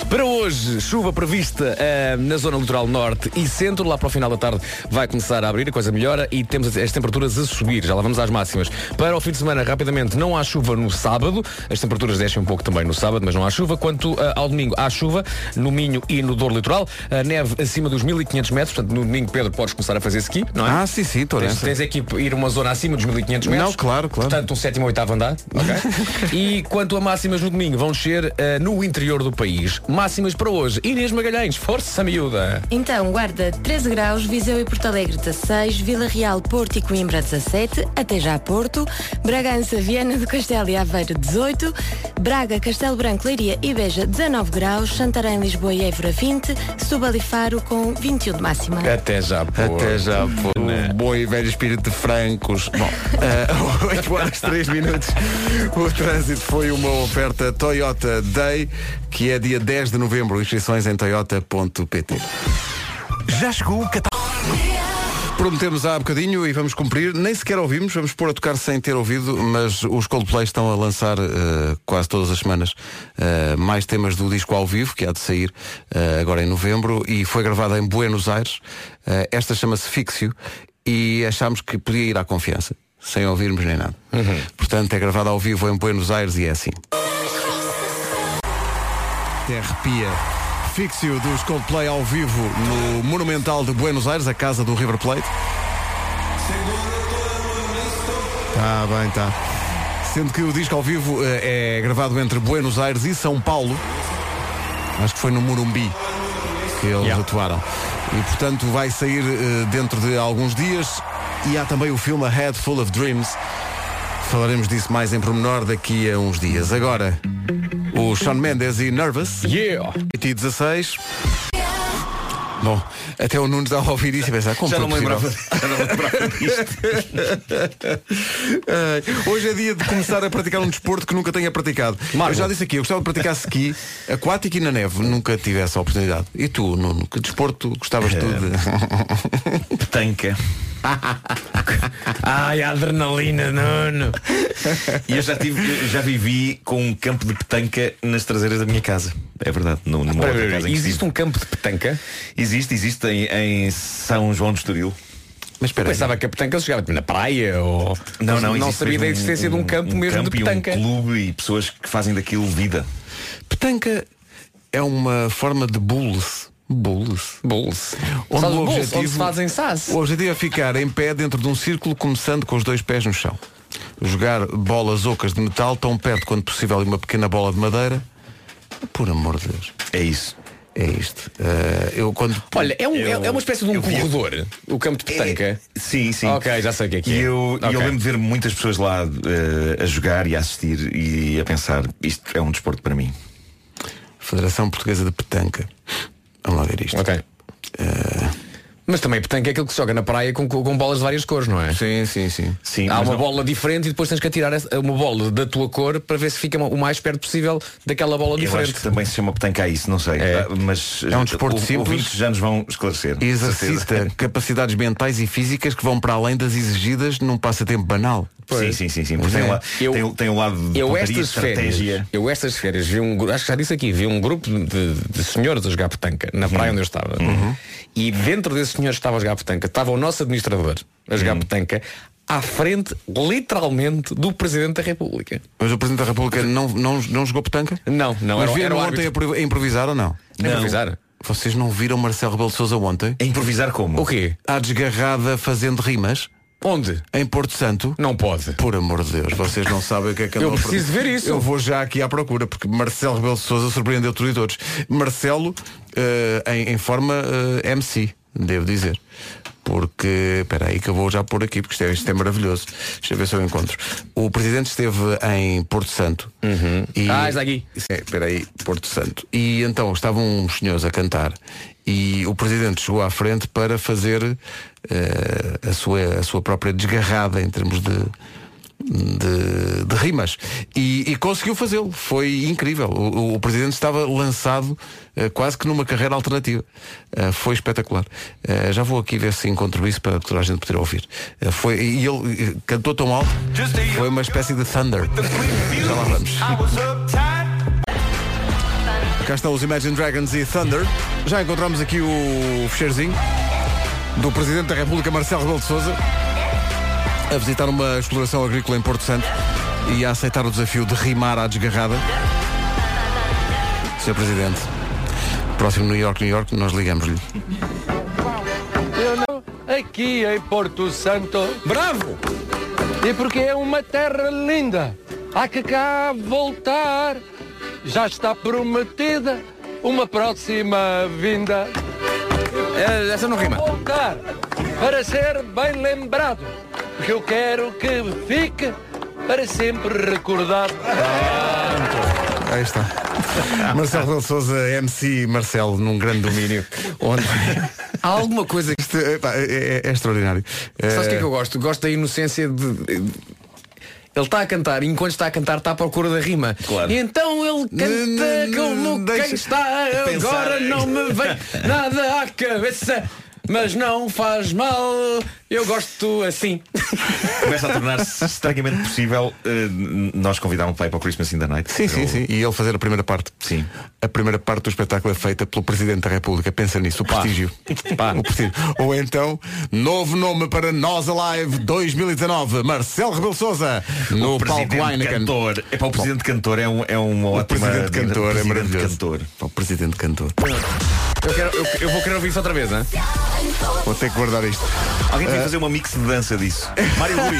Speaker 3: Para hoje, chuva prevista eh, na zona litoral norte e centro. Lá para o final da tarde vai começar a abrir, a coisa melhora e temos as- as temperaturas a subir. Já lá vamos às máximas. Para o fim de semana, rapidamente, não há chuva no sábado. As temperaturas descem um pouco também no sábado, mas não há chuva. Quanto eh, ao domingo, há chuva no Minho e no Douro Litoral. A neve acima dos 1500 metros. Portanto, no domingo, Pedro, podes começar a fazer ski, não é?
Speaker 1: Ah, sim, sim, estou
Speaker 3: Tens-
Speaker 1: nessa.
Speaker 3: Tens é que ir uma zona acima dos 1500 metros.
Speaker 1: Não, claro, claro.
Speaker 3: Portanto, um sétimo ou oitavo andar. ok? e quanto a máximas no domingo, vão descer eh, no interior do país. Máximas para hoje. Inês Magalhães, força miúda.
Speaker 8: Então, Guarda 13 graus, Viseu e Porto Alegre 16, Vila Real, Porto e Coimbra 17, até já Porto, Bragança, Viana do Castelo e Aveiro 18, Braga, Castelo Branco, Leiria e Beja 19 graus, Santarém, Lisboa e Évora 20, Setúbal e Faro com 21 de máxima.
Speaker 3: Até já, pô.
Speaker 1: Até já, pô. né? O bom e velho espírito de francos. Bom, 8 horas 3 minutos. O trânsito foi uma oferta Toyota Day, que é dia 10 10 de novembro. Inscrições em toyota.pt.
Speaker 7: Já chegou o catálogo.
Speaker 1: Prometemos há bocadinho e vamos cumprir. Nem sequer ouvimos, vamos pôr a tocar sem ter ouvido, mas os Coldplay estão a lançar eh, quase todas as semanas eh, mais temas do disco ao vivo, que há de sair eh, agora em novembro, e foi gravada em Buenos Aires. Eh, esta chama-se Fixio e achámos que podia ir à confiança, sem ouvirmos nem nada. Portanto, é gravada ao vivo em Buenos Aires e é assim. Até arrepia. Fixio dos Coldplay ao vivo no Monumental de Buenos Aires, a casa do River Plate. Tá bem, tá. Sendo que o disco ao vivo eh, é gravado entre Buenos Aires e São Paulo. Acho que foi no Morumbi que eles atuaram. E portanto vai sair eh, dentro de alguns dias. E há também o filme A Head Full of Dreams. Falaremos disso mais em pormenor daqui a uns dias. Agora, o Sean Mendes e Nervous.
Speaker 3: Yeah!
Speaker 1: 8 e 16. Bom, até o Nuno estava a ouvir isso e pensar,
Speaker 6: Um
Speaker 1: como
Speaker 3: Já
Speaker 1: foi
Speaker 3: não me
Speaker 1: possível?
Speaker 3: lembrava, já não me lembrava disto.
Speaker 1: Ai, Hoje é dia de começar a praticar um desporto que nunca tenha praticado.
Speaker 3: Marco.
Speaker 1: Eu já disse aqui, eu gostava de praticar ski aquático e na neve, nunca tive essa oportunidade. E tu, Nuno, que desporto gostavas tu
Speaker 3: É.
Speaker 1: de.
Speaker 6: Petanca.
Speaker 3: Ai, a adrenalina, Nuno!
Speaker 6: E eu já, tive, eu já vivi com um campo de petanca nas traseiras da minha casa. É verdade. No, numa
Speaker 3: Espera,
Speaker 6: outra
Speaker 3: espera,
Speaker 6: casa
Speaker 3: espera.
Speaker 6: em que
Speaker 3: Existe um campo de petanca?
Speaker 6: estive. Existe, existe em, em São João do Estoril.
Speaker 1: Mas espera. aí.
Speaker 3: Pensava que a petanca se jogava na praia ou.
Speaker 6: Não, não,
Speaker 3: não
Speaker 6: existe
Speaker 3: sabia
Speaker 6: mesmo
Speaker 3: da existência de um campo mesmo
Speaker 6: campo
Speaker 3: de
Speaker 6: e
Speaker 3: petanca.
Speaker 6: Um clube e pessoas que fazem daquilo vida.
Speaker 1: Petanca é uma forma de bulls. Bulls.
Speaker 3: Bulls.
Speaker 1: Onde
Speaker 3: Sabes,
Speaker 1: o
Speaker 3: bulls,
Speaker 1: objetivo-
Speaker 3: onde se fazem sas.
Speaker 1: O objetivo é ficar em pé dentro de um círculo, começando com os dois pés no chão. Jogar bolas ocas de metal tão perto quanto possível e uma pequena bola de madeira. Por amor de Deus.
Speaker 6: É isso.
Speaker 1: É isto. Eh, eu quando.
Speaker 3: Olha, é, um-
Speaker 6: Eu-
Speaker 3: é- é uma espécie de um
Speaker 6: eu vi- É-
Speaker 3: corredor, o campo de petanca.
Speaker 6: Sim, sim.
Speaker 3: é? Ok, já sei o que é que
Speaker 6: e
Speaker 3: é.
Speaker 6: Eu, e
Speaker 3: Ok.
Speaker 6: eu lembro de ver muitas pessoas lá eh, a jogar e a assistir e a pensar, isto é um desporto para mim.
Speaker 1: Federação Portuguesa de Petanca. Vamos lá ver
Speaker 6: é-
Speaker 1: isto.
Speaker 3: Ok. Mas também petanca é aquilo que se joga na praia com, com bolas de várias cores, não é?
Speaker 1: Sim, sim, sim.
Speaker 6: Sim,
Speaker 3: Há
Speaker 6: mas
Speaker 3: uma
Speaker 6: não-
Speaker 3: bola diferente e depois tens que atirar essa- eh, uma bola da tua cor para ver se fica o mais perto possível daquela bola
Speaker 6: Eu acho
Speaker 3: diferente.
Speaker 6: que também se chama petanca a isso, não sei.
Speaker 3: É.
Speaker 6: Ah, Mas
Speaker 1: É um desporto
Speaker 6: ou-
Speaker 1: simples.
Speaker 6: ouvintes já nos vão esclarecer. com certeza.
Speaker 1: Exercita capacidades mentais e físicas que vão para além das exigidas num passatempo banal.
Speaker 6: Sim, sim, sim, sim. Porque
Speaker 1: É.
Speaker 6: tem, lá,
Speaker 3: Eu-
Speaker 6: tem, tem um lado de
Speaker 3: Eu
Speaker 6: pontaria,
Speaker 3: estas férias,
Speaker 6: estratégia.
Speaker 3: eu estas férias vi um gru- acho que já disse aqui, vi um grupo de, de senhores a jogar petanca na
Speaker 6: Uhum.
Speaker 3: praia onde eu estava. E dentro desses senhores que estavam a jogar petanca, estava o nosso administrador a jogar
Speaker 6: Uhum.
Speaker 3: petanca à frente, literalmente, do Presidente da República.
Speaker 1: Mas o Presidente da República não, não, não jogou petanca?
Speaker 3: Não, não,
Speaker 1: Mas
Speaker 3: era, era
Speaker 1: viram
Speaker 3: o
Speaker 1: ontem a
Speaker 3: árbitro.
Speaker 1: pro- a improvisar ou não?
Speaker 3: Nem
Speaker 6: Não.
Speaker 3: improvisar.
Speaker 1: Vocês não viram Marcelo Rebelo de Sousa ontem?
Speaker 6: É improvisar como?
Speaker 3: O quê?
Speaker 1: À desgarrada fazendo rimas
Speaker 3: Onde?
Speaker 1: em Porto Santo?
Speaker 3: Não pode.
Speaker 1: Por amor de Deus, vocês não sabem o que é que
Speaker 3: Eu
Speaker 1: andou a
Speaker 3: preciso
Speaker 1: produ-
Speaker 3: ver isso.
Speaker 1: Eu vou já aqui à procura, porque Marcelo Rebelo de Souza surpreendeu tudo e todos. Marcelo eh, em, em forma eh, MC, devo dizer. Porque, espera aí que eu vou já pôr aqui, porque isto é, isto é maravilhoso. Deixa eu ver se eu encontro. O presidente esteve em Porto Santo. E,
Speaker 3: Ah, está aqui.
Speaker 1: É, Espera aí, Porto Santo. E então estavam uns senhores a cantar e o presidente chegou à frente para fazer eh, a, sua, a sua própria desgarrada em termos de, de, de rimas. E, e conseguiu fazê-lo. Foi incrível. O, o- o presidente estava lançado eh, quase que numa carreira alternativa. Eh, foi espetacular. Eh, já vou aqui ver se encontro isso para toda a gente poder ouvir. Eh, foi, e ele eh, cantou tão alto, foi uma espécie de thunder. Já lá vamos. Cá estão os Imagine Dragons e Thunder. Já encontramos aqui o fecheirozinho do Presidente da República, Marcelo Rebelo de Souza, a visitar uma exploração agrícola em Porto Santo e a aceitar o desafio de rimar à desgarrada. Senhor Presidente, próximo New York, New York, nós ligamos-lhe.
Speaker 9: aqui em Porto Santo
Speaker 3: Bravo!
Speaker 9: e porque é uma terra linda. Há que cá voltar. Já está prometida uma próxima vinda.
Speaker 6: É,
Speaker 3: Eh, Essa não rima.
Speaker 9: Voltar para ser bem lembrado. Porque eu quero que fique para sempre recordado.
Speaker 1: Aí está. Marcelo Rebelo de Souza, MC Marcelo, num grande domínio. Onde...
Speaker 3: Há alguma coisa que.
Speaker 1: Isto epá, é, é- é extraordinário.
Speaker 3: Sabes o que é
Speaker 1: Eh,
Speaker 3: que eu gosto? Gosto da inocência de. Ele está a cantar e enquanto está a cantar está à procura da rima.
Speaker 6: Claro.
Speaker 3: E então ele canta
Speaker 1: N-
Speaker 3: como
Speaker 1: deixa-
Speaker 3: quem está
Speaker 6: Pensar.
Speaker 3: agora não me vem nada à cabeça. Mas não faz mal, eu gosto assim.
Speaker 6: Começa a tornar-se estranhamente possível. eh, n- nós convidámos o pai para o Christmas in the Night.
Speaker 1: Sim, sim,
Speaker 6: Eu-
Speaker 1: sim. E ele fazer a primeira parte.
Speaker 6: Sim.
Speaker 1: A primeira parte do espetáculo é feita pelo Presidente da República. Pensa nisso, o prestígio.
Speaker 3: Pá.
Speaker 1: O prestígio. Ou então, novo nome para Nós Alive 2019, Marcelo Rebelo Souza, no
Speaker 6: O
Speaker 1: palco
Speaker 6: presidente
Speaker 1: Heineken.
Speaker 6: cantor. É para o presidente cantor, é, um, é uma
Speaker 1: né, O
Speaker 6: ótima.
Speaker 1: Presidente Cantor é
Speaker 6: Presidente
Speaker 1: maravilhoso.
Speaker 6: Cantor.
Speaker 1: Pá, O Presidente Cantor.
Speaker 3: Eu, quero- eu- eu vou querer ouvir isso outra vez, né? hein?
Speaker 1: Vou ter que guardar isto.
Speaker 6: Alguém tem que fazer uma mix de dança disso. Mário Rui.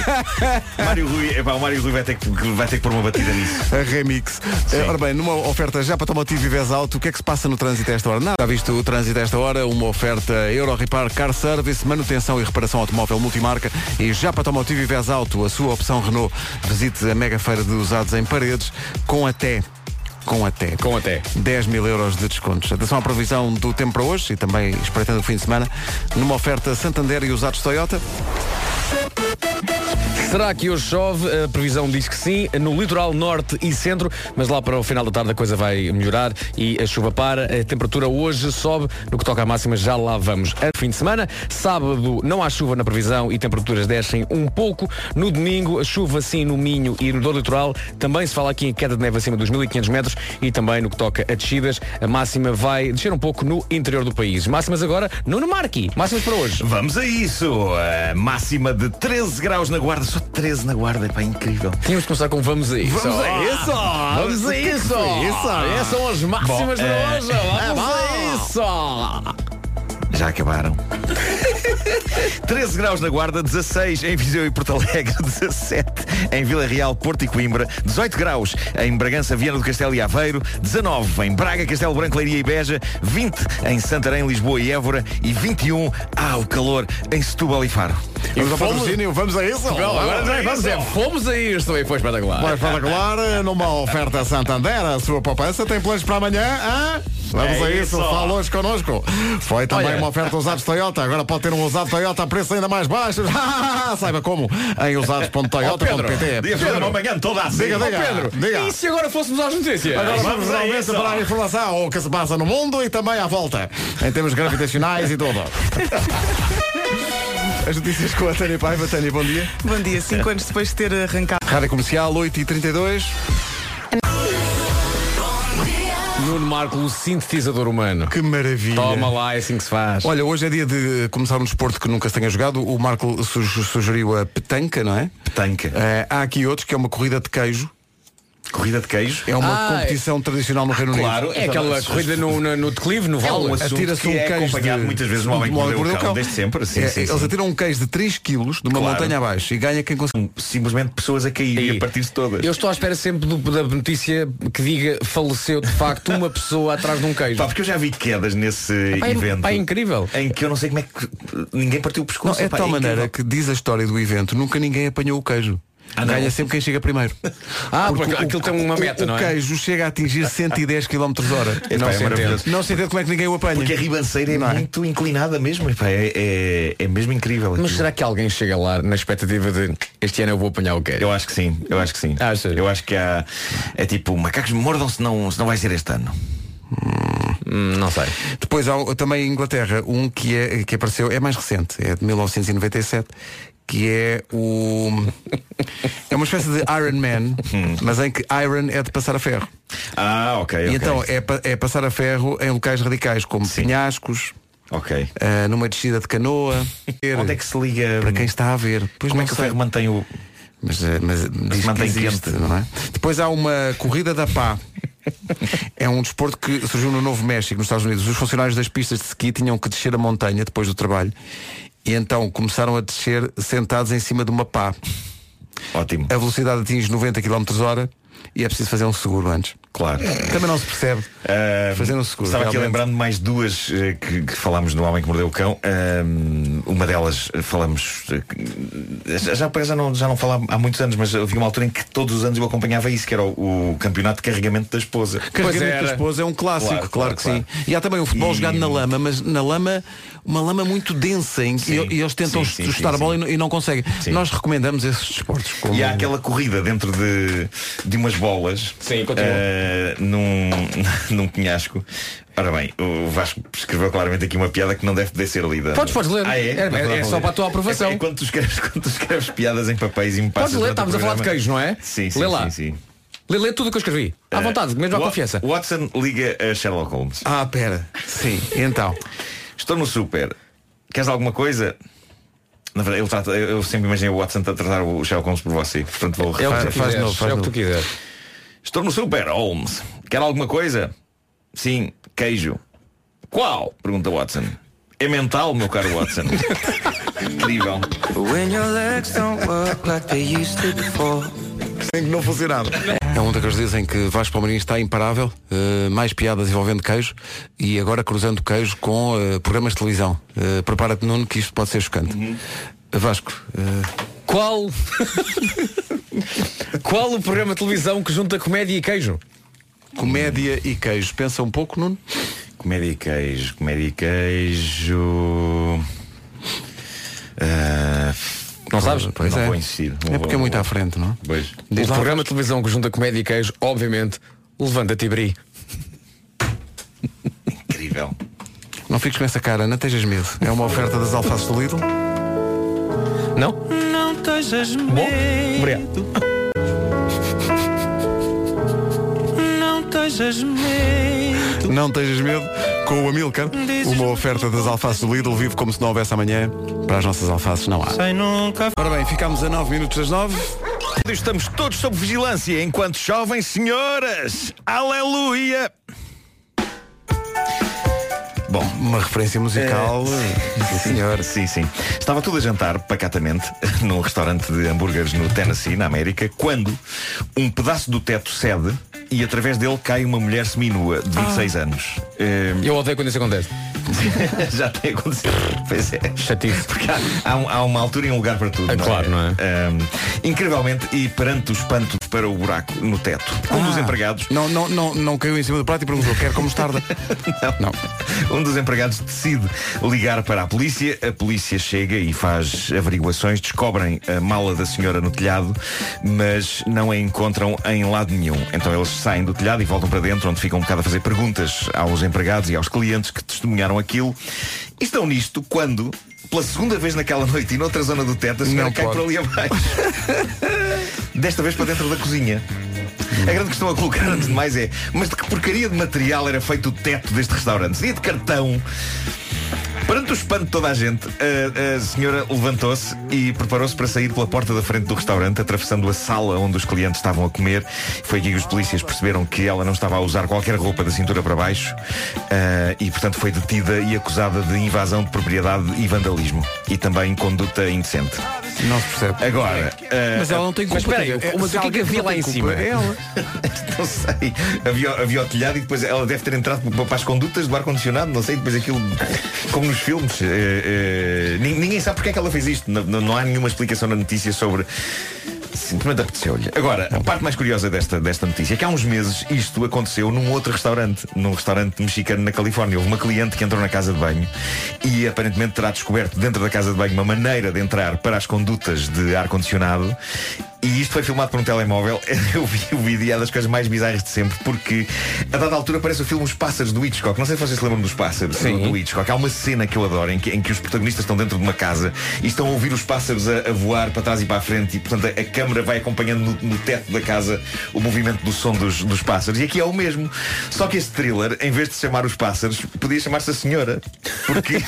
Speaker 6: Mário Rui, epá, o Mário Rui vai ter, que, vai ter que pôr uma batida nisso.
Speaker 1: A remix. Eh, Ora bem, numa oferta já para Tomotivo e Vez Alto, o que é que se passa no trânsito a esta hora? Nada. Já visto o trânsito a esta hora, uma oferta Euro Repar Car Service, manutenção e reparação automóvel multimarca e já para Tomotivo e Vez Alto, a sua opção Renault. Visite a mega feira de usados em paredes com até com até.
Speaker 3: Com até.
Speaker 1: 10 mil euros de descontos. Atenção à previsão do tempo para hoje e também espreitando o fim de semana, numa oferta Santander e usados Toyota.
Speaker 3: Será que hoje chove? A previsão diz que sim, no litoral norte e centro, mas lá para o final da tarde a coisa vai melhorar e a chuva para. A temperatura hoje sobe, no que toca à máxima já lá vamos. A fim de semana, sábado não há chuva na previsão e temperaturas descem um pouco. No domingo, a chuva sim no Minho e no Dor Litoral. Também se fala aqui em queda de neve acima dos 1500 metros e também no que toca a descidas, a máxima vai descer um pouco no interior do país. Máximas agora, Nuno Marqui. Máximas para hoje.
Speaker 6: Vamos a isso. A máxima de 13 graus na guarda. Só 13 na guarda, é pá, incrível.
Speaker 3: Tínhamos que começar com vamos a isso.
Speaker 6: Vamos a isso!
Speaker 3: Vamos a isso! Essas é, são as máximas
Speaker 6: Bom,
Speaker 3: de
Speaker 6: eh,
Speaker 3: hoje! Vamos a isso!
Speaker 6: Já acabaram. 13 graus na Guarda, 16 em Viseu e Porto Alegre, 17 em Vila Real, Porto e Coimbra, 18 graus em Bragança, Viana do Castelo e Aveiro, 19 em Braga, Castelo Branco, Leiria e Beja, 20 em Santarém, Lisboa e Évora e 21, ah, o calor, em Setúbal e Faro.
Speaker 1: Vamos ao
Speaker 3: fomos-
Speaker 1: patrocínio, vamos a isso?
Speaker 6: Oh,
Speaker 3: Agora também vamos é, fomos a isto e foi
Speaker 1: Vai
Speaker 3: espetacular.
Speaker 1: espetacular, numa oferta Santander, a sua poupança tem planos para amanhã, hã? Vamos
Speaker 6: É
Speaker 1: a isso,
Speaker 6: isso.
Speaker 1: fala hoje connosco. Foi também
Speaker 3: Olha.
Speaker 1: uma oferta usados Toyota, agora pode ter um usado Toyota a preços ainda mais baixos. Saiba como, em
Speaker 3: Oh, Pedro,
Speaker 1: usados.toyota.pt.
Speaker 6: Podia fazer uma manhã toda assim.
Speaker 1: Diga, diga,
Speaker 3: Pedro,
Speaker 1: diga.
Speaker 3: e se agora fôssemos às notícias?
Speaker 1: Agora
Speaker 6: Vamos
Speaker 1: vamos
Speaker 6: a
Speaker 1: realmente
Speaker 6: isso.
Speaker 1: para a informação, o que se passa no mundo e também à volta, em termos gravitacionais e tudo. As notícias com a Tânia Paiva. Tânia, bom dia.
Speaker 10: Bom dia, 5 anos depois de ter arrancado.
Speaker 1: Rádio Comercial, 8h32.
Speaker 3: Nuno Marco, o sintetizador humano.
Speaker 1: Que maravilha.
Speaker 3: Toma lá, é assim que se faz.
Speaker 1: Olha, hoje é dia de começar um desporto que nunca se tenha jogado. O Marco su- sugeriu a petanca, não é?
Speaker 6: Petanca.
Speaker 1: Eh, há aqui outros que é uma corrida de queijo.
Speaker 6: Corrida de queijo.
Speaker 1: É uma
Speaker 3: Ah,
Speaker 1: competição tradicional no Reino
Speaker 6: claro.
Speaker 1: Unido.
Speaker 3: é aquela corrida no, no, no declive, no vale.
Speaker 6: um assunto
Speaker 1: Atira-se
Speaker 6: que
Speaker 1: um
Speaker 6: é
Speaker 1: queijo
Speaker 6: acompanhado
Speaker 1: de-
Speaker 6: muitas vezes no
Speaker 1: de-
Speaker 6: Homem que
Speaker 1: do Homem
Speaker 6: Mordeu o
Speaker 1: que Mordeu o
Speaker 6: Cão, desde sempre, sim,
Speaker 1: É,
Speaker 6: sim,
Speaker 1: Eles
Speaker 6: sim.
Speaker 1: atiram um queijo de 3 quilos de uma
Speaker 6: Claro.
Speaker 1: montanha abaixo e ganha quem consegue.
Speaker 6: Simplesmente pessoas a cair e a partir-se todas.
Speaker 3: Eu estou à espera sempre do- da notícia que diga faleceu de facto uma pessoa atrás de um queijo.
Speaker 6: Pá, porque eu já vi quedas nesse
Speaker 3: Pá, é-
Speaker 6: evento.
Speaker 3: pá, é incrível.
Speaker 6: Em que eu não sei como é que ninguém partiu
Speaker 1: Não,
Speaker 6: o pescoço.
Speaker 1: é de
Speaker 6: pá,
Speaker 1: tal maneira
Speaker 6: incrível.
Speaker 1: que diz a história do evento, nunca ninguém apanhou o queijo.
Speaker 6: Ah, não?
Speaker 1: ganha sempre quem chega primeiro.
Speaker 3: Ah,
Speaker 1: Porque
Speaker 3: porque
Speaker 1: o-
Speaker 3: aquilo tem uma
Speaker 1: o-
Speaker 3: meta,
Speaker 1: o,
Speaker 3: não é?
Speaker 1: queijo chega a atingir 110 km hora.
Speaker 6: É, pá,
Speaker 3: não
Speaker 6: é
Speaker 3: se
Speaker 6: maravilhoso.
Speaker 1: Não se entende como é que ninguém o apanha.
Speaker 6: Porque a ribanceira é,
Speaker 1: Não é?
Speaker 6: muito inclinada mesmo. epá, é, é, é mesmo incrível.
Speaker 3: Mas
Speaker 6: aquilo.
Speaker 3: será que alguém chega lá na expectativa de este ano eu vou apanhar o queijo?
Speaker 6: Eu acho que sim, eu acho que sim.
Speaker 3: Achas?
Speaker 6: Eu acho que há. É tipo, macacos mordam se não, se não vai ser este ano.
Speaker 3: Não sei.
Speaker 1: Depois há o- também em Inglaterra um que, é, que apareceu, é mais recente, é de 1997, que é o. É uma espécie de Iron Man, mas em que Iron é de passar a ferro.
Speaker 6: Ah, Hum. ok.
Speaker 1: E
Speaker 6: ok.
Speaker 1: então é, pa- é passar a ferro em locais radicais, como
Speaker 6: Sim.
Speaker 1: penhascos,
Speaker 6: Ok.
Speaker 1: ah, numa descida de canoa.
Speaker 6: Onde é que se liga?
Speaker 1: Para quem está a ver. Pois
Speaker 6: Como
Speaker 1: não
Speaker 6: é que o
Speaker 1: sei.
Speaker 6: ferro mantém o.
Speaker 1: Mas, eh, mas diz que
Speaker 6: mantém
Speaker 1: existe,
Speaker 6: quente.
Speaker 1: não é? Depois há uma corrida da pá. É um desporto que surgiu no Novo México, nos Estados Unidos. Os funcionários das pistas de ski tinham que descer a montanha depois do trabalho. E então começaram a descer sentados em cima de uma pá.
Speaker 6: Ótimo.
Speaker 1: É- A velocidade atinge 90 km hora e é preciso fazer um seguro antes.
Speaker 6: Claro.
Speaker 1: Também não se percebe.
Speaker 6: Ah,
Speaker 1: fazer um seguro.
Speaker 6: Estava aqui
Speaker 1: realmente.
Speaker 6: lembrando de mais duas eh, que, que falámos no Homem que Mordeu o Cão. Ahm, uma delas eh, falámos. eh, já- já, já, não, já não falava há muitos anos, mas havia uma altura em que todos os anos eu acompanhava isso, que era o, o campeonato de carregamento da esposa.
Speaker 1: Carregamento da esposa é um clássico, claro, que sim. E há também o futebol jogado na lama, mas na lama, uma lama muito densa em que
Speaker 6: Sim,
Speaker 1: e eles tentam
Speaker 6: sim, sim,
Speaker 1: chutar a
Speaker 6: sim,
Speaker 1: bola
Speaker 6: sim.
Speaker 1: e não- e não conseguem.
Speaker 6: Sim.
Speaker 1: Nós recomendamos esses desportos. como-
Speaker 6: E há aquela corrida dentro de, de umas bolas
Speaker 3: continua.
Speaker 6: eh, num, num penhasco. Ora bem, o Vasco escreveu claramente aqui uma piada que não deve poder ser lida.
Speaker 3: Podes, podes ler.
Speaker 6: Ah, é?
Speaker 3: É- é- é só para a tua aprovação.
Speaker 6: É, é quando, tu escreves, quando tu escreves piadas em papéis e me passas
Speaker 3: Podes
Speaker 6: durante o
Speaker 3: ler, estávamos a falar de
Speaker 6: programa.
Speaker 3: queijo, não é?
Speaker 6: Sim, sim,
Speaker 3: Lê lá.
Speaker 6: sim, sim.
Speaker 3: Lê, lê tudo o que eu escrevi. À
Speaker 6: Eh,
Speaker 3: vontade, mesmo à
Speaker 6: Wa-
Speaker 3: confiança.
Speaker 6: Watson liga a Sherlock Holmes.
Speaker 1: Ah, pera. Sim, então.
Speaker 6: Estou no super. Queres alguma coisa? Na verdade, ele trata- eu sempre imaginei o Watson a tratar o Sherlock Holmes por você. Portanto, vou
Speaker 3: É o que
Speaker 6: refazer.
Speaker 3: tu quiseres. é o que tu quiseres.
Speaker 6: Estou no super, Holmes. Quer alguma coisa? Sim, queijo. Qual? Pergunta Watson. É mental, meu caro Watson. Incrível.
Speaker 1: Sem que não fosse nada. É um daqueles dias em que Vasco Palmeirinho está imparável, eh, mais piadas envolvendo queijo e agora cruzando queijo com eh, programas de televisão. Eh, Prepara-te, Nuno, que isto pode ser chocante. Vasco, eh,
Speaker 3: Qual. Qual o programa de televisão que junta comédia e queijo?
Speaker 1: comédia e queijo. Pensa um pouco, Nuno.
Speaker 6: Comédia e queijo, comédia e queijo. Ah,
Speaker 3: Não sabes?
Speaker 1: Pois
Speaker 6: não
Speaker 1: é.
Speaker 6: vou insistir. Não
Speaker 1: É
Speaker 6: vou-
Speaker 1: porque é muito à frente, não? é?
Speaker 6: Pois.
Speaker 3: O
Speaker 1: Diz lá.
Speaker 3: programa de televisão que junta comédia e queijo, obviamente, levanta Tibri.
Speaker 6: Incrível.
Speaker 1: Não fiques com essa cara, não tejas medo. É uma oferta das alfaces do Lidl.
Speaker 3: Não?
Speaker 7: Não tejas
Speaker 3: Bom?
Speaker 7: medo.
Speaker 3: Obrigado.
Speaker 7: Não tejas medo.
Speaker 1: Não tejas medo com o Amilcar.
Speaker 7: Dizes
Speaker 1: Uma oferta das alfaces do Lidl. Vive como se não houvesse amanhã. Para as nossas alfaces não há.
Speaker 7: Sem nunca
Speaker 1: Ora bem, ficámos a 9 minutos das 9.
Speaker 6: Estamos todos sob vigilância enquanto jovens senhoras. Aleluia! Bom, eh,
Speaker 1: Uma referência musical. Sim, senhor.
Speaker 6: Sim, sim. Estava tudo a jantar, pacatamente, num restaurante de hambúrgueres no Tennessee, na América, quando um pedaço do teto cede e através dele cai uma mulher seminua de 26 anos. Eh,
Speaker 3: Eu odeio quando isso acontece.
Speaker 6: já tem acontecido. Pois é.
Speaker 3: Chatice.
Speaker 6: Porque há, há um- há uma altura e um lugar para tudo.
Speaker 3: É claro, não é?
Speaker 6: Ahm, incrivelmente, e perante o espanto para o buraco no teto, um
Speaker 3: Ah.
Speaker 6: dos empregados
Speaker 1: Não, não, não, não caiu em cima do prato e perguntou, quer como tarda.
Speaker 6: Não. Um dos empregados decide ligar para a polícia. A polícia chega e faz averiguações. Descobrem a mala da senhora no telhado, mas não a encontram em lado nenhum. Então eles saem do telhado e voltam para dentro, onde ficam um bocado a fazer perguntas aos empregados e aos clientes que testemunharam aquilo. E estão nisto quando, pela segunda vez naquela noite e noutra zona do teto, a senhora
Speaker 1: Não
Speaker 6: cai
Speaker 1: pode.
Speaker 6: por ali abaixo. Desta vez para dentro da cozinha. A grande questão a colocar antes de mais é Mas de que porcaria de material era feito o teto deste restaurante? Seria de cartão? Perante o espanto de toda a gente A, a senhora levantou-se e preparou-se para sair pela porta da frente do restaurante Atravessando a sala onde os clientes estavam a comer Foi aqui que os polícias perceberam que ela não estava a usar qualquer roupa da cintura para baixo ah, E portanto foi detida e acusada de invasão de propriedade e vandalismo E também conduta indecente
Speaker 1: Não se percebe.
Speaker 6: Agora ah,
Speaker 1: Mas ela não tem culpa.
Speaker 3: Mas espera aí,
Speaker 1: tem-
Speaker 3: o- mas
Speaker 1: se
Speaker 3: o que é que
Speaker 1: alguém
Speaker 3: havia lá
Speaker 1: tem
Speaker 3: em
Speaker 1: culpa,
Speaker 3: cima?
Speaker 1: é Ela.
Speaker 6: Não sei. Havia, havia o telhado e depois ela deve ter entrado para as condutas do ar-condicionado, não sei, depois aquilo, como nos filmes. eh, eh, nin- ninguém sabe porque é que ela fez isto. Não, não- não há nenhuma explicação na notícia sobre. Simplesmente apeteceu-lhe. Agora, a parte mais curiosa desta, desta notícia é que há uns meses isto aconteceu num outro restaurante, num restaurante mexicano na Califórnia. Houve uma cliente que entrou na casa de banho e aparentemente terá descoberto dentro da casa de banho uma maneira de entrar para as condutas de ar-condicionado e isto foi filmado por um telemóvel. Eu vi o vídeo e é das coisas mais bizarras de sempre, porque a dada altura aparece o filme Os Pássaros do Hitchcock. Não sei se vocês se lembram dos pássaros do, do Hitchcock. Há uma cena que eu adoro em que, em que os protagonistas estão dentro de uma casa e estão a ouvir os pássaros a, a voar para trás e para a frente e, portanto, a, a câmera vai acompanhando no, no teto da casa o movimento do som dos, dos pássaros. E aqui é o mesmo. Só que este thriller, em vez de chamar os pássaros, podia chamar-se a senhora. Porque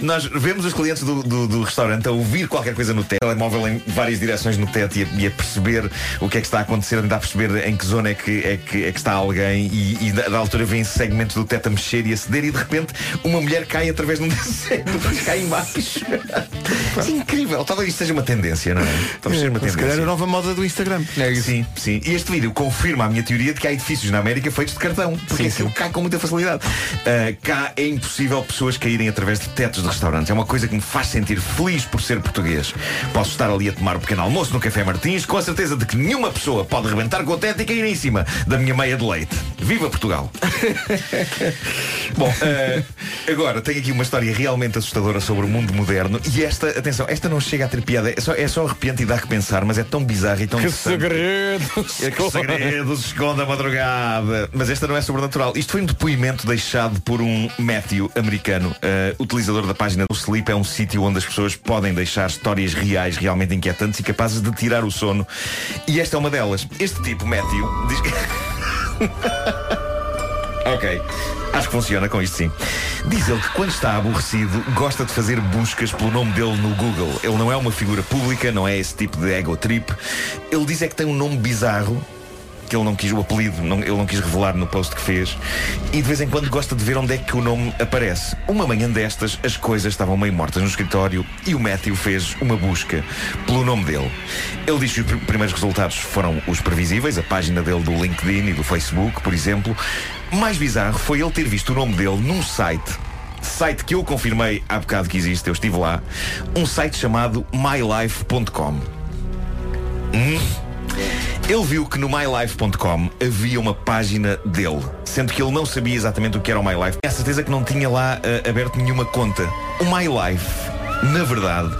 Speaker 6: nós vemos os clientes do, do- do restaurante a ouvir qualquer coisa no teto, telemóvel em várias direções no teto internet e a, e a perceber o que é que está a acontecer, a tentar perceber em que zona é que, é que, é que está alguém e, e da, da altura vêm segmentos do teto a mexer e a ceder e de repente uma mulher cai através de um desenho, depois cai em baixo. Isso é incrível. Talvez isto seja uma tendência, não é? Talvez seja uma
Speaker 1: Se calhar
Speaker 6: tendência.
Speaker 1: a nova moda do Instagram.
Speaker 6: Sim, sim. E este vídeo confirma a minha teoria de que há edifícios na América feitos de cartão. Porque aquilo cai com muita facilidade. Ah, cá é impossível pessoas caírem através de tetos de restaurantes. É uma coisa que me faz sentir feliz por ser português. Posso estar ali a tomar um pequeno almoço no Café Martins com a certeza de que nenhuma pessoa pode rebentar com o teto e cair em cima da minha meia de leite. Viva Portugal! Bom, eh, agora tenho aqui uma história realmente assustadora sobre o mundo moderno e esta, atenção, esta não chega a ter piada, é só, é só arrepiante e dá que pensar, mas é tão bizarro e tão
Speaker 3: Que
Speaker 6: interessante.
Speaker 3: segredo!
Speaker 6: É que o segredo se esconde a madrugada. Mas esta não é sobrenatural. Isto foi um depoimento deixado por um Matthew americano, eh, utilizador da página do Sleep. É um sítio onde as pessoas podem deixar histórias reais, realmente inquietantes e capazes de tirar o sono. E esta é uma delas. Este tipo, Matthew, diz que. Ok, acho que funciona com isto sim. Diz ele que quando está aborrecido gosta de fazer buscas pelo nome dele no Google. Ele não é uma figura pública, não é esse tipo de ego trip. Ele diz é que tem um nome bizarro que ele não quis o apelido, não- ele não quis revelar no post que fez. E de vez em quando gosta de ver onde é que o nome aparece. Uma manhã destas as coisas estavam meio mortas no escritório e o Matthew fez uma busca pelo nome dele. Ele diz que os pr- primeiros resultados foram os previsíveis, a página dele do LinkedIn e do Facebook, por exemplo. Mais bizarro foi ele ter visto o nome dele num site site que eu confirmei há bocado que existe, eu estive lá, um site chamado mylife.com. Hum? Ele viu que no mylife.com havia uma página dele, sendo que ele não sabia exatamente o que era o MyLife. É a certeza que não tinha lá ah, aberto nenhuma conta. O MyLife, na verdade,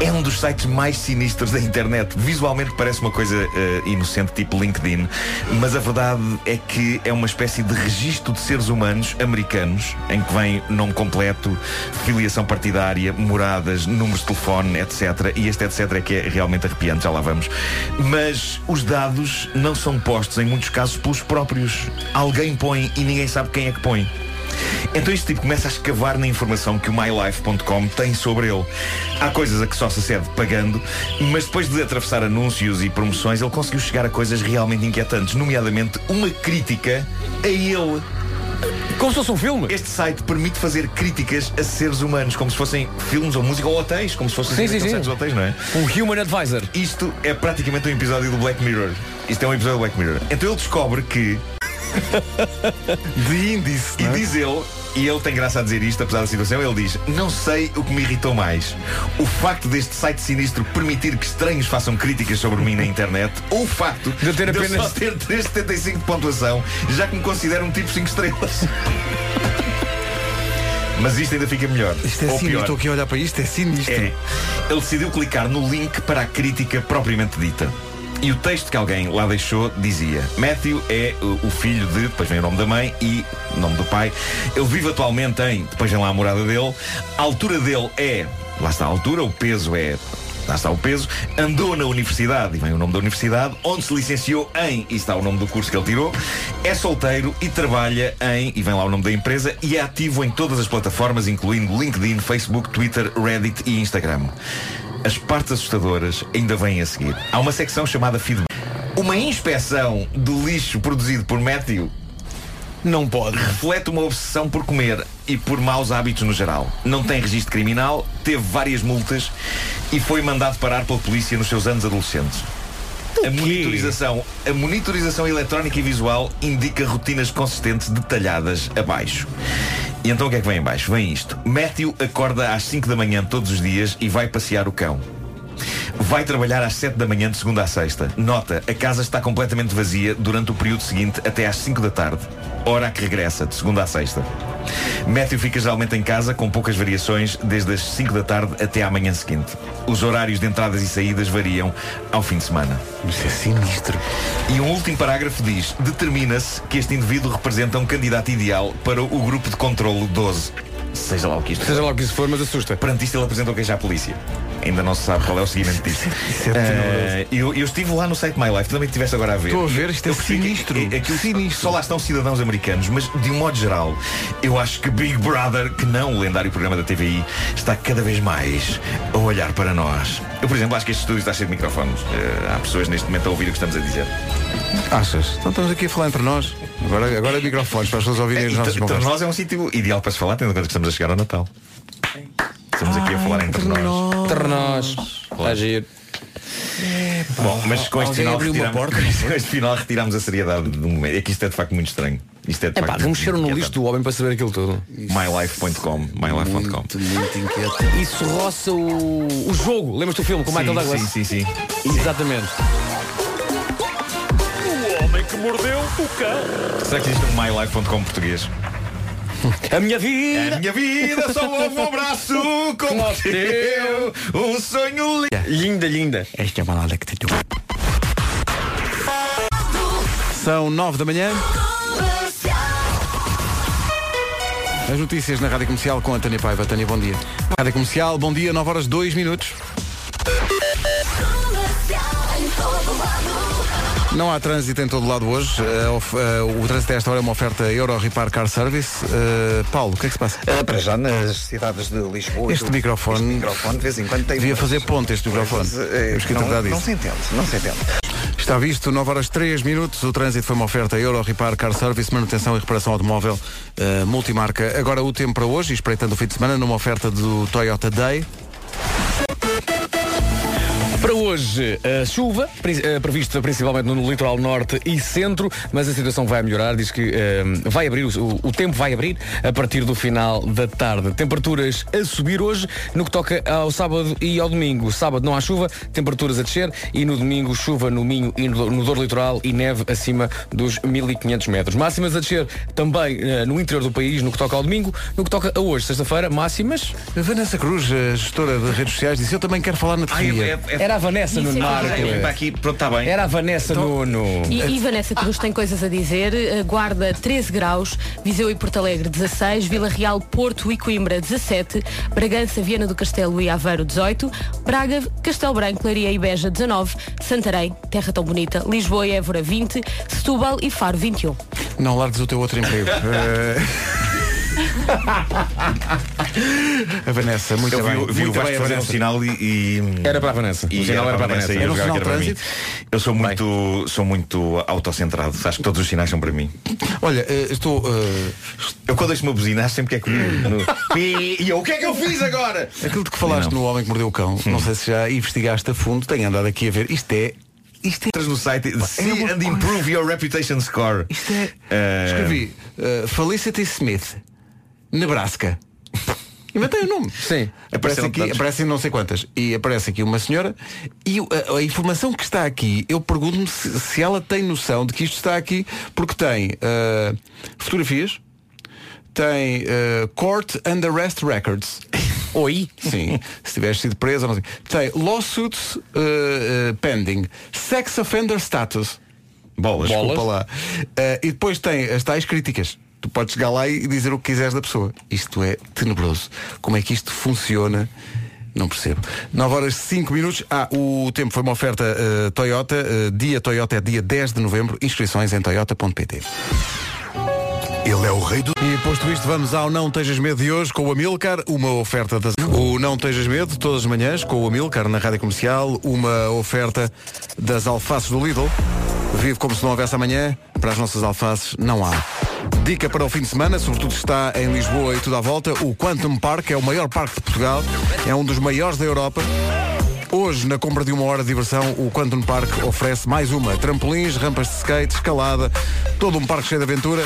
Speaker 6: é um dos sites mais sinistros da internet. Visualmente parece uma coisa ah, inocente, tipo LinkedIn, mas a verdade é que é uma espécie de registro de seres humanos americanos, em que vem nome completo, filiação partidária, moradas, números de telefone, etc. E este etc é que é realmente arrepiante, já lá vamos. Mas os dados não são postos, em muitos casos, pelos próprios. Alguém põe e ninguém sabe quem é que põe. Então este tipo começa a escavar na informação que o mylife.com tem sobre ele. Há coisas a que só se acede pagando, mas depois de atravessar anúncios e promoções, ele conseguiu chegar a coisas realmente inquietantes, nomeadamente uma crítica a ele.
Speaker 3: Como se fosse um filme?
Speaker 6: Este site permite fazer críticas a seres humanos, como se fossem filmes ou música ou hotéis, como se fossem
Speaker 3: Sim, sim,
Speaker 6: aqueles
Speaker 3: sim.
Speaker 6: sites de hotéis, não é?
Speaker 3: Um Human Advisor.
Speaker 6: Isto é praticamente um episódio do Black Mirror. Isto é um episódio do Black Mirror. Então ele descobre que
Speaker 1: De índice.
Speaker 6: E
Speaker 1: não é?
Speaker 6: diz ele, e ele tem graça a dizer isto, apesar da situação, ele diz: Não sei o que me irritou mais. O facto deste site sinistro permitir que estranhos façam críticas sobre mim na internet, ou o facto
Speaker 3: De eu ter
Speaker 6: eu
Speaker 3: apenas-
Speaker 6: só ter 3,75 de pontuação, já que me considero um tipo 5 estrelas. Mas isto ainda fica melhor.
Speaker 1: Isto é
Speaker 6: ou
Speaker 1: sinistro,
Speaker 6: pior.
Speaker 1: estou aqui a olhar para isto, é sinistro.
Speaker 6: É. Ele decidiu clicar no link para a crítica propriamente dita. E o texto que alguém lá deixou dizia Matthew é o o filho de, depois vem o nome da mãe e o nome do pai. Ele vive atualmente em, depois vem lá a morada dele. A altura dele é, lá está a altura, o peso é, lá está o peso. Andou na universidade, e vem o nome da universidade, onde se licenciou em, e está o nome do curso que ele tirou. É solteiro e trabalha em, e vem lá o nome da empresa, e é ativo em todas as plataformas, incluindo LinkedIn, Facebook, Twitter, Reddit e Instagram. As partes assustadoras ainda vêm a seguir. Há uma secção chamada Feedback. Uma inspeção do lixo produzido por Matthew
Speaker 3: Não pode.
Speaker 6: reflete uma obsessão por comer e por maus hábitos no geral. Não tem registro criminal, teve várias multas e foi mandado parar pela polícia nos seus anos adolescentes. A monitorização, a monitorização eletrónica e visual indica rotinas consistentes detalhadas abaixo. E então o que é que vem abaixo? Vem isto. Matthew acorda às 5 da manhã todos os dias e vai passear o cão. Vai trabalhar às 7 da manhã de segunda à sexta. Nota, a casa está completamente vazia durante o período seguinte até às 5 da tarde. Hora a que regressa, de segunda à sexta. Matthew fica geralmente em casa, com poucas variações, desde as 5 da tarde até à manhã seguinte. Os horários de entradas e saídas variam ao fim de semana.
Speaker 1: Isto é sinistro.
Speaker 6: E um último parágrafo diz: determina-se que este indivíduo representa um candidato ideal para o grupo de controlo 12. Seja lá o que isto
Speaker 3: Seja lá o que isso for, mas assusta.
Speaker 6: Perante isto, ele apresentou queixa à polícia. Ainda não se sabe qual é o seguimento disso. Eh, eu, eu estive lá no site My Life, tu também estiveste agora a ver.
Speaker 1: Estou a ver, isto é
Speaker 6: Eu percebi que-
Speaker 1: sinistro.
Speaker 6: é- é- aquilo- Só lá estão cidadãos americanos, mas de um modo geral, eu acho que Big Brother, que não o lendário programa da TVI, está cada vez mais a olhar para nós. Eu, por exemplo, acho que este estúdio está cheio de microfones. Eh, há pessoas neste momento a ouvir o que estamos a dizer.
Speaker 1: Achas? Então estamos aqui a falar entre nós. Agora, agora é microfones para as pessoas ouvirem as
Speaker 6: Entre-
Speaker 1: nossas
Speaker 6: Entre
Speaker 1: conversas.
Speaker 6: nós é um sítio ideal para se falar, tendo em conta que estamos a chegar ao Natal. Estamos aqui a falar
Speaker 1: Ah,
Speaker 6: entre nós.
Speaker 3: Entre nós. Está giro.
Speaker 6: Bom, mas com este,
Speaker 3: Alguém
Speaker 6: final
Speaker 3: abriu uma
Speaker 6: retiramos,
Speaker 3: porta,
Speaker 6: com este final retiramos a seriedade do momento. É que isto é de facto muito estranho. Isto é de
Speaker 3: É pá,
Speaker 6: facto.
Speaker 3: remexeram no lixo do homem para saber aquilo tudo.
Speaker 6: mylife.com, mylife.com.
Speaker 1: muito inquieto.
Speaker 3: Isso roça o, o jogo. Lembras-te do filme com o Michael Douglas?
Speaker 6: Sim, sim, sim.
Speaker 3: Exatamente.
Speaker 6: Será que existe um mylife.com português?
Speaker 3: A minha vida.
Speaker 6: A minha vida só houve um abraço como o teu, um sonho lindo.
Speaker 3: Linda, linda.
Speaker 1: é São nove da manhã. As notícias na Rádio Comercial com a Tânia Paiva. Tânia, bom dia. Rádio Comercial, bom dia, 9 horas 2 minutos. Não há trânsito em todo lado hoje. Eh, of- eh, o trânsito a esta hora é uma oferta Euro Repar Car Service. Eh, Paulo, o que é que se passa?
Speaker 2: Ah, para já nas cidades de Lisboa.
Speaker 1: Este
Speaker 2: do-
Speaker 1: microfone-
Speaker 2: este microfone de vez em quando tem.
Speaker 1: Devia
Speaker 2: umas-
Speaker 1: fazer ponte este microfone.
Speaker 2: Mas, eh,
Speaker 1: Temos que tratar
Speaker 2: não,
Speaker 1: disso.
Speaker 2: não se entende, não se entende.
Speaker 1: Está visto, 9 horas 3 minutos. O trânsito foi uma oferta Euro Repar Car Service, manutenção e reparação automóvel eh, multimarca. Agora o tempo para hoje, e espreitando o fim de semana, numa oferta do Toyota Day.
Speaker 3: Para hoje, a chuva, pri- eh, prevista principalmente no litoral norte e centro, mas a situação vai melhorar, diz que eh, vai abrir, o, o tempo vai abrir a partir do final da tarde. Temperaturas a subir hoje, no que toca ao sábado e ao domingo. Sábado não há chuva, temperaturas a descer e no domingo chuva no Minho e no, no Dor Litoral e neve acima dos 1500 metros. Máximas a descer também eh, no interior do país, no que toca ao domingo, no que toca a hoje, sexta-feira, máximas.
Speaker 1: A Vanessa Cruz, a gestora de redes sociais, disse eu também quero falar na
Speaker 6: Ai,
Speaker 1: telefonia.
Speaker 3: Era a Vanessa
Speaker 4: Isso
Speaker 3: no
Speaker 4: é
Speaker 3: Nuno.
Speaker 4: verdade.
Speaker 6: Está aqui, pronto, está bem.
Speaker 3: Era a Vanessa no Nuno.
Speaker 8: E, e Vanessa Cruz tem coisas a dizer. Eh, Guarda 13 graus, Viseu e Porto Alegre 16, Vila Real, Porto e Coimbra 17, Bragança, Viana do Castelo e Aveiro 18, Braga, Castelo Branco, Leiria e Beja 19, Santarém, Terra Tão Bonita, Lisboa e Évora 20, Setúbal e um. Faro 21.
Speaker 1: Não largues o teu outro emprego. Eh, a Vanessa, muito
Speaker 6: Eu vi,
Speaker 1: bem.
Speaker 6: o- vi o
Speaker 1: muito
Speaker 6: Vasco
Speaker 1: bem, a
Speaker 6: fazer um
Speaker 1: Vanessa.
Speaker 6: sinal e, e-
Speaker 3: Era para a Vanessa. O
Speaker 6: E
Speaker 3: sinal era para a Vanessa.
Speaker 6: e
Speaker 1: Era
Speaker 6: eu
Speaker 1: um
Speaker 6: jogava que
Speaker 1: sinal
Speaker 6: era para mim. Eu sou muito, sou muito autocentrado. Acho que todos os sinais são para mim.
Speaker 1: Olha, eh, estou. eh,
Speaker 6: Eu quando deixo uma buzina, acho sempre que é
Speaker 3: Hum.
Speaker 6: comigo. No- E e eu, o que é que eu fiz agora?
Speaker 1: Aquilo de que falaste
Speaker 6: Não. Hum.
Speaker 1: no Homem que Mordeu o Cão, não sei se já investigaste a fundo, tenho andado aqui a ver. Isto é. Isto é.
Speaker 6: Entras no site See
Speaker 1: uma
Speaker 6: and
Speaker 1: coisa.
Speaker 6: improve your reputation score.
Speaker 1: Isto é.
Speaker 6: Eh,
Speaker 1: Escrevi eh, Felicity Smith, Nebraska. Inventei o nome.
Speaker 3: Sim.
Speaker 1: Aparece
Speaker 6: Apareceram
Speaker 1: aqui,
Speaker 6: tantos.
Speaker 1: aparecem não sei quantas. E aparece aqui uma senhora e o- a, a informação que está aqui, eu pergunto-me se, se ela tem noção de que isto está aqui, porque tem eh, fotografias, tem eh, Court and Arrest Records. Oi? Sim, se tiveres sido presa, não sei. Tem lawsuits eh, eh, pending, sex offender status.
Speaker 6: Bolas.
Speaker 1: Desculpa lá. Eh, e depois tem as tais críticas. Tu podes chegar lá e dizer o que quiseres da pessoa. Isto é tenebroso. Como é que isto funciona? Não percebo. 9 horas 5 minutos. Ah, o tempo foi uma oferta eh, Toyota. Eh, dia Toyota é dia 10 de novembro. Inscrições em toyota.pt. Ele é o rei do... E posto isto, vamos ao Não Tejas Medo de hoje com o Amilcar, uma oferta da... O Não Tejas Medo, todas as manhãs, com o Amilcar na Rádio Comercial, uma oferta das alfaces do Lidl. Vive como se não houvesse amanhã, para as nossas alfaces não há. Dica para o fim de semana, sobretudo se está em Lisboa e tudo à volta, o Quantum Park é o maior parque de Portugal, é um dos maiores da Europa. Hoje, na compra de uma hora de diversão, o Quantum Park oferece mais uma. Trampolins, rampas de skate, escalada, todo um parque cheio de aventura.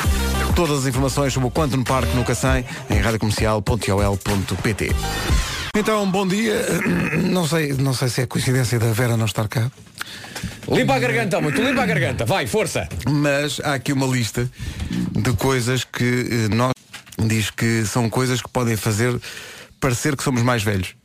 Speaker 1: Todas as informações sobre o Quantum Park no Cacém em radiocomercial.ol.pt Então, bom dia. Não sei, não sei se é coincidência da Vera não estar cá,
Speaker 3: Limpa a garganta, homem, tu limpa a garganta. Vai, força.
Speaker 1: mas há aqui uma lista de coisas que eh, nós diz que são coisas que podem fazer parecer que somos mais velhos.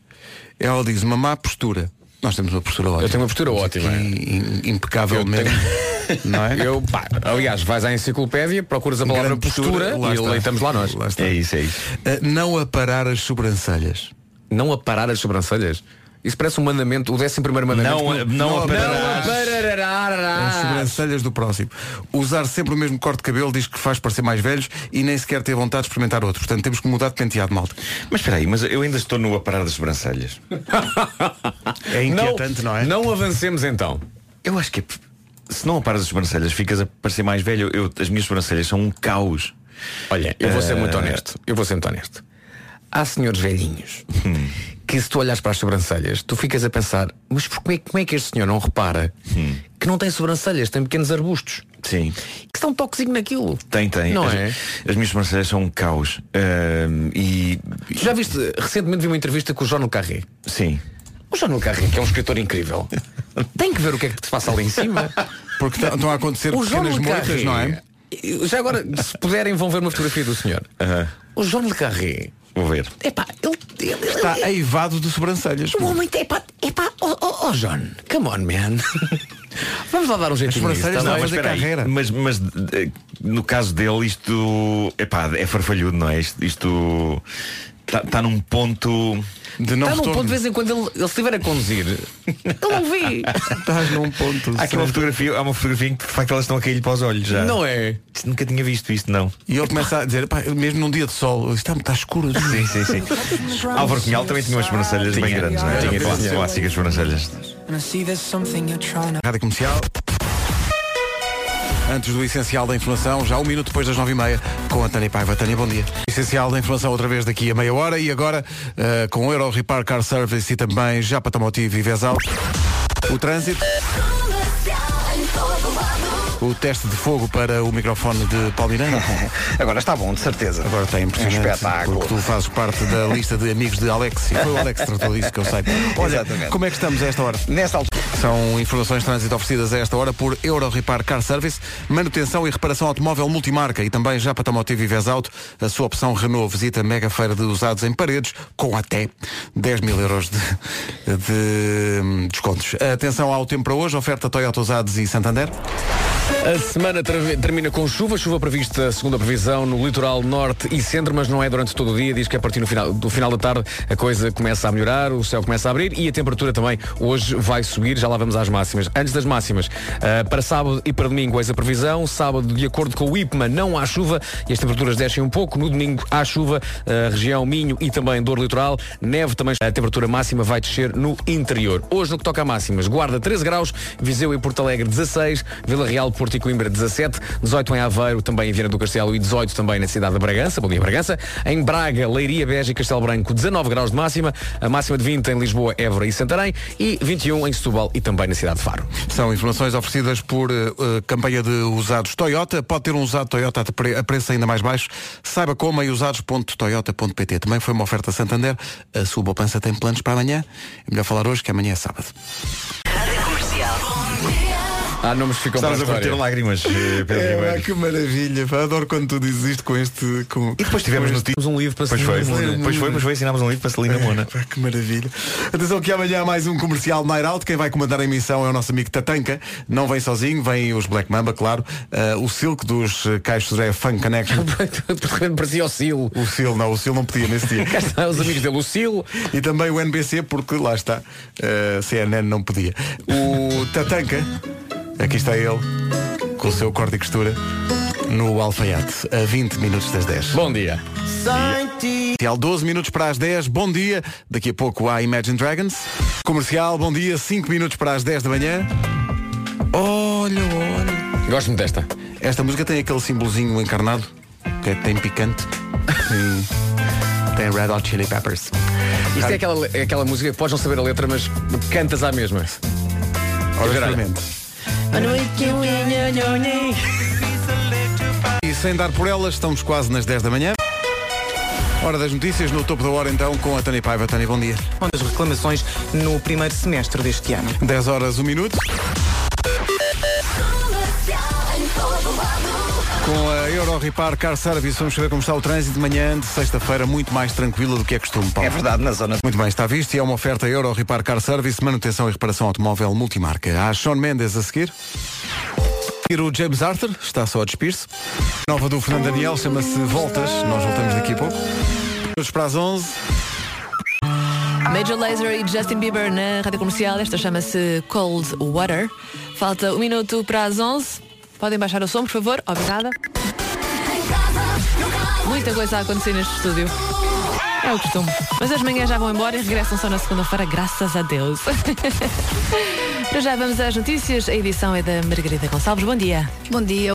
Speaker 1: É, Ela diz uma má postura. Nós temos uma postura ótima.
Speaker 3: Eu tenho uma postura ótima. é.
Speaker 1: Im- im- impecavelmente. Não é?
Speaker 3: Eu, pá, aliás, vais à enciclopédia, procuras a palavra
Speaker 1: Grande
Speaker 3: postura,
Speaker 1: lá
Speaker 3: e
Speaker 1: está.
Speaker 3: leitamos lá nós.
Speaker 1: está. Eh,
Speaker 6: É isso, é isso.
Speaker 1: Uh, não aparar as sobrancelhas.
Speaker 3: Não aparar as sobrancelhas. Isso parece um mandamento, o 11 primeiro mandamento.
Speaker 6: Não,
Speaker 3: que
Speaker 6: não apararás.
Speaker 1: As
Speaker 3: apararás.
Speaker 1: sobrancelhas do próximo. Usar sempre o mesmo corte de cabelo diz que faz parecer mais velhos e nem sequer ter vontade de experimentar outro. Portanto, temos que mudar de penteado, malta.
Speaker 6: Mas espera aí, mas eu ainda estou no aparar das sobrancelhas.
Speaker 1: É inquietante, não, é?
Speaker 3: Não avancemos então.
Speaker 6: Eu acho que é- se não aparas as sobrancelhas, ficas a parecer mais velho. Eu, as minhas sobrancelhas são um caos.
Speaker 3: Olha, eu vou ser
Speaker 6: Eh,
Speaker 3: muito honesto. Eu vou ser muito honesto. Há senhores velhinhos que se tu olhas para as sobrancelhas, tu ficas a pensar, mas por- como é, como é que este senhor não repara que não tem sobrancelhas, tem pequenos arbustos?
Speaker 6: Sim.
Speaker 3: Que são um toquezinho naquilo.
Speaker 6: Tem, tem.
Speaker 3: Não
Speaker 6: as,
Speaker 3: é?
Speaker 6: as minhas sobrancelhas são um caos. Eh, e.
Speaker 3: Tu já viste, recentemente vi uma entrevista com o João Carré.
Speaker 6: Sim.
Speaker 3: O João Carré, que é um escritor incrível, tem que ver o que é que te passa ali em cima.
Speaker 1: Porque tá- estão a acontecer
Speaker 3: O João
Speaker 1: pequenas
Speaker 3: Le
Speaker 1: moitas,
Speaker 3: Carré-
Speaker 1: não é?
Speaker 3: Já agora, se puderem, vão ver uma fotografia do senhor.
Speaker 6: Aham.
Speaker 3: O João Le Carré,
Speaker 6: Vou ver.
Speaker 3: epá, ele, ele,
Speaker 1: Está aivado Tá de sobrancelhas.
Speaker 3: O homem é pá, é pá, oh, oh, oh John, come on man. Vamos lá dar um jeitinho nisso,
Speaker 1: sobrancelhas
Speaker 3: tá
Speaker 1: não,
Speaker 3: bem?
Speaker 1: mas fazer
Speaker 6: espera aí.
Speaker 1: carreira.
Speaker 6: Mas, mas, eh, no caso dele, isto epá, é farfalhudo, não é? Isto está num ponto.
Speaker 1: De não
Speaker 3: Está Tá num um ponto
Speaker 1: retorno.
Speaker 3: de vez em quando ele, ele estiver a conduzir. Eu não vi.
Speaker 1: Estás num ponto.
Speaker 6: Há aqui uma fotografia, há uma fotografia em que de facto elas estão a cair para os olhos já.
Speaker 3: Não é?
Speaker 6: Isto Nunca tinha visto isto, não.
Speaker 1: E ele começa a dizer, pá, mesmo num dia de sol, está, está escuro.
Speaker 6: Sim, sim, sim. Álvaro Cunhal também tinha umas sobrancelhas bem grandes, não é? Tinha clá- clássicas sobrancelhas.
Speaker 1: Rádio Comercial. Antes do Essencial da Informação, já um minuto depois das nove e meia, com a Tânia Paiva. Tânia, bom dia. Essencial da Informação outra vez daqui a meia hora e agora eh, com o Euro Repar Car Service e também Japa Tomotivo e Vesal. O trânsito. O teste de fogo para o microfone de Palmeirana.
Speaker 2: Agora está bom, de certeza.
Speaker 1: Agora está impressionante.
Speaker 2: Um espetáculo.
Speaker 1: Porque tu fazes parte da lista de amigos de Alex e foi o Alex que tratou disso que eu sei. Olha,
Speaker 2: Exatamente.
Speaker 1: como é que estamos a esta hora?
Speaker 2: Nesta altura.
Speaker 1: São informações de trânsito oferecidas a esta hora por Euro Repar Car Service, manutenção e reparação automóvel multimarca e também já para Tomotivo e Vesauto, a sua opção Renault visita a mega feira de usados em paredes com até 10 mil euros de, de, hum, descontos. Atenção ao tempo para hoje, oferta Toyota Usados e Santander.
Speaker 3: A semana tra- termina com chuva, chuva prevista, segundo a previsão, no litoral norte e centro, mas não é durante todo o dia. Diz que a partir do final, do final da tarde a coisa começa a melhorar, o céu começa a abrir e a temperatura também hoje vai subir. Já lá vamos às máximas. Antes das máximas, ah, para sábado e para domingo, eis a previsão. Sábado, de acordo com o IPMA, não há chuva e as temperaturas descem um pouco. No domingo, há chuva, ah, região Minho e também dor litoral. Neve também, a temperatura máxima vai descer no interior. Hoje, no que toca a máximas, Guarda 13 graus, Viseu e Porto Alegre 16, Vila Real, Porto e Coimbra 17, 18 em Aveiro, também em Viana do Castelo e 18 também na cidade de Bragança, bom dia Bragança, em Braga, Leiria, Beja e Castelo Branco 19 graus de máxima, a máxima de 20 em Lisboa, Évora e Santarém e 21 em Setúbal e também na cidade de Faro.
Speaker 1: São informações oferecidas por eh, eh, campanha de usados Toyota. Pode ter um usado Toyota a pre- a preço ainda mais baixo. Saiba como em usados.toyota.pt. Também foi uma oferta Santander. A sua poupança tem planos para amanhã. É melhor falar hoje que amanhã é sábado.
Speaker 3: Há nomes que ficam
Speaker 6: Estavas a
Speaker 3: para a
Speaker 6: verter
Speaker 3: história.
Speaker 6: lágrimas, eh,
Speaker 1: É,
Speaker 6: Pedro Ribeiro.
Speaker 1: que maravilha. Adoro quando tu dizes isto com este... Com...
Speaker 6: E depois tivemos notícias.
Speaker 3: Temos um livro para
Speaker 6: Pois
Speaker 3: Celina
Speaker 6: foi,
Speaker 3: Moura.
Speaker 6: pois foi, pois foi, assinámos um livro para Celina Mona.
Speaker 1: Pá, que maravilha. Atenção que amanhã há mais um comercial na Heraldo. Quem vai comandar a emissão é o nosso amigo Tatanka. Não vem sozinho, vem os Black Mamba, claro. Ah, o Silk dos eh, Caixos é Fun Connection.
Speaker 3: De repente Parecia o Silo.
Speaker 1: O Sil, não, o Sil não podia nesse dia.
Speaker 3: Cá está os amigos dele, o Silo.
Speaker 1: E também o NBC, porque lá está, eh, CNN não podia. O Tatanka, aqui está ele, com o seu corte e costura, no Alfaiate, a 20 minutos das 10.
Speaker 3: Bom dia.
Speaker 1: Comercial, 12 minutos para as 10, bom dia. Daqui a pouco há Imagine Dragons. Comercial, bom dia, 5 minutos para as 10 da manhã. Olha, olha.
Speaker 3: Gosto muito desta.
Speaker 1: Esta música tem aquele símbolozinho encarnado, que é- tem picante. Sim. Tem Red Hot Chili Peppers.
Speaker 3: Isto é aquela, é aquela música que podes não saber a letra, mas cantas à mesma.
Speaker 1: Ora,
Speaker 3: Caralho.
Speaker 1: experimente. E sem dar por elas, estamos quase nas 10 da manhã. Hora das notícias, no topo da hora então, com a Tânia Paiva. Tânia, bom dia.
Speaker 10: das reclamações no primeiro semestre deste ano.
Speaker 1: 10 horas, 1 minuto. Com a Euro Repar Car Service, vamos saber como está o trânsito de manhã de sexta-feira, muito mais tranquila do que é costume, Paulo.
Speaker 2: É verdade, na zona.
Speaker 1: Muito bem, está visto e é uma oferta Euro Repar Car Service, manutenção e reparação automóvel multimarca. Há Sean Mendes a seguir. A seguir O James Arthur está só a despir-se. Nova do Fernando Daniel chama-se Voltas. Nós voltamos daqui a pouco. Minutos para as 11.
Speaker 8: Major Lazer e Justin Bieber na rádio comercial. Esta chama-se Cold Water. Falta um minuto para as 11. Podem baixar o som, por favor. Obrigada. Muita coisa a acontecer neste estúdio. É o costume. Mas as manhãs já vão embora e regressam só na segunda-feira, graças a Deus. Para já vamos às notícias. A edição é da Margarida Gonçalves. Bom dia.
Speaker 4: Bom dia.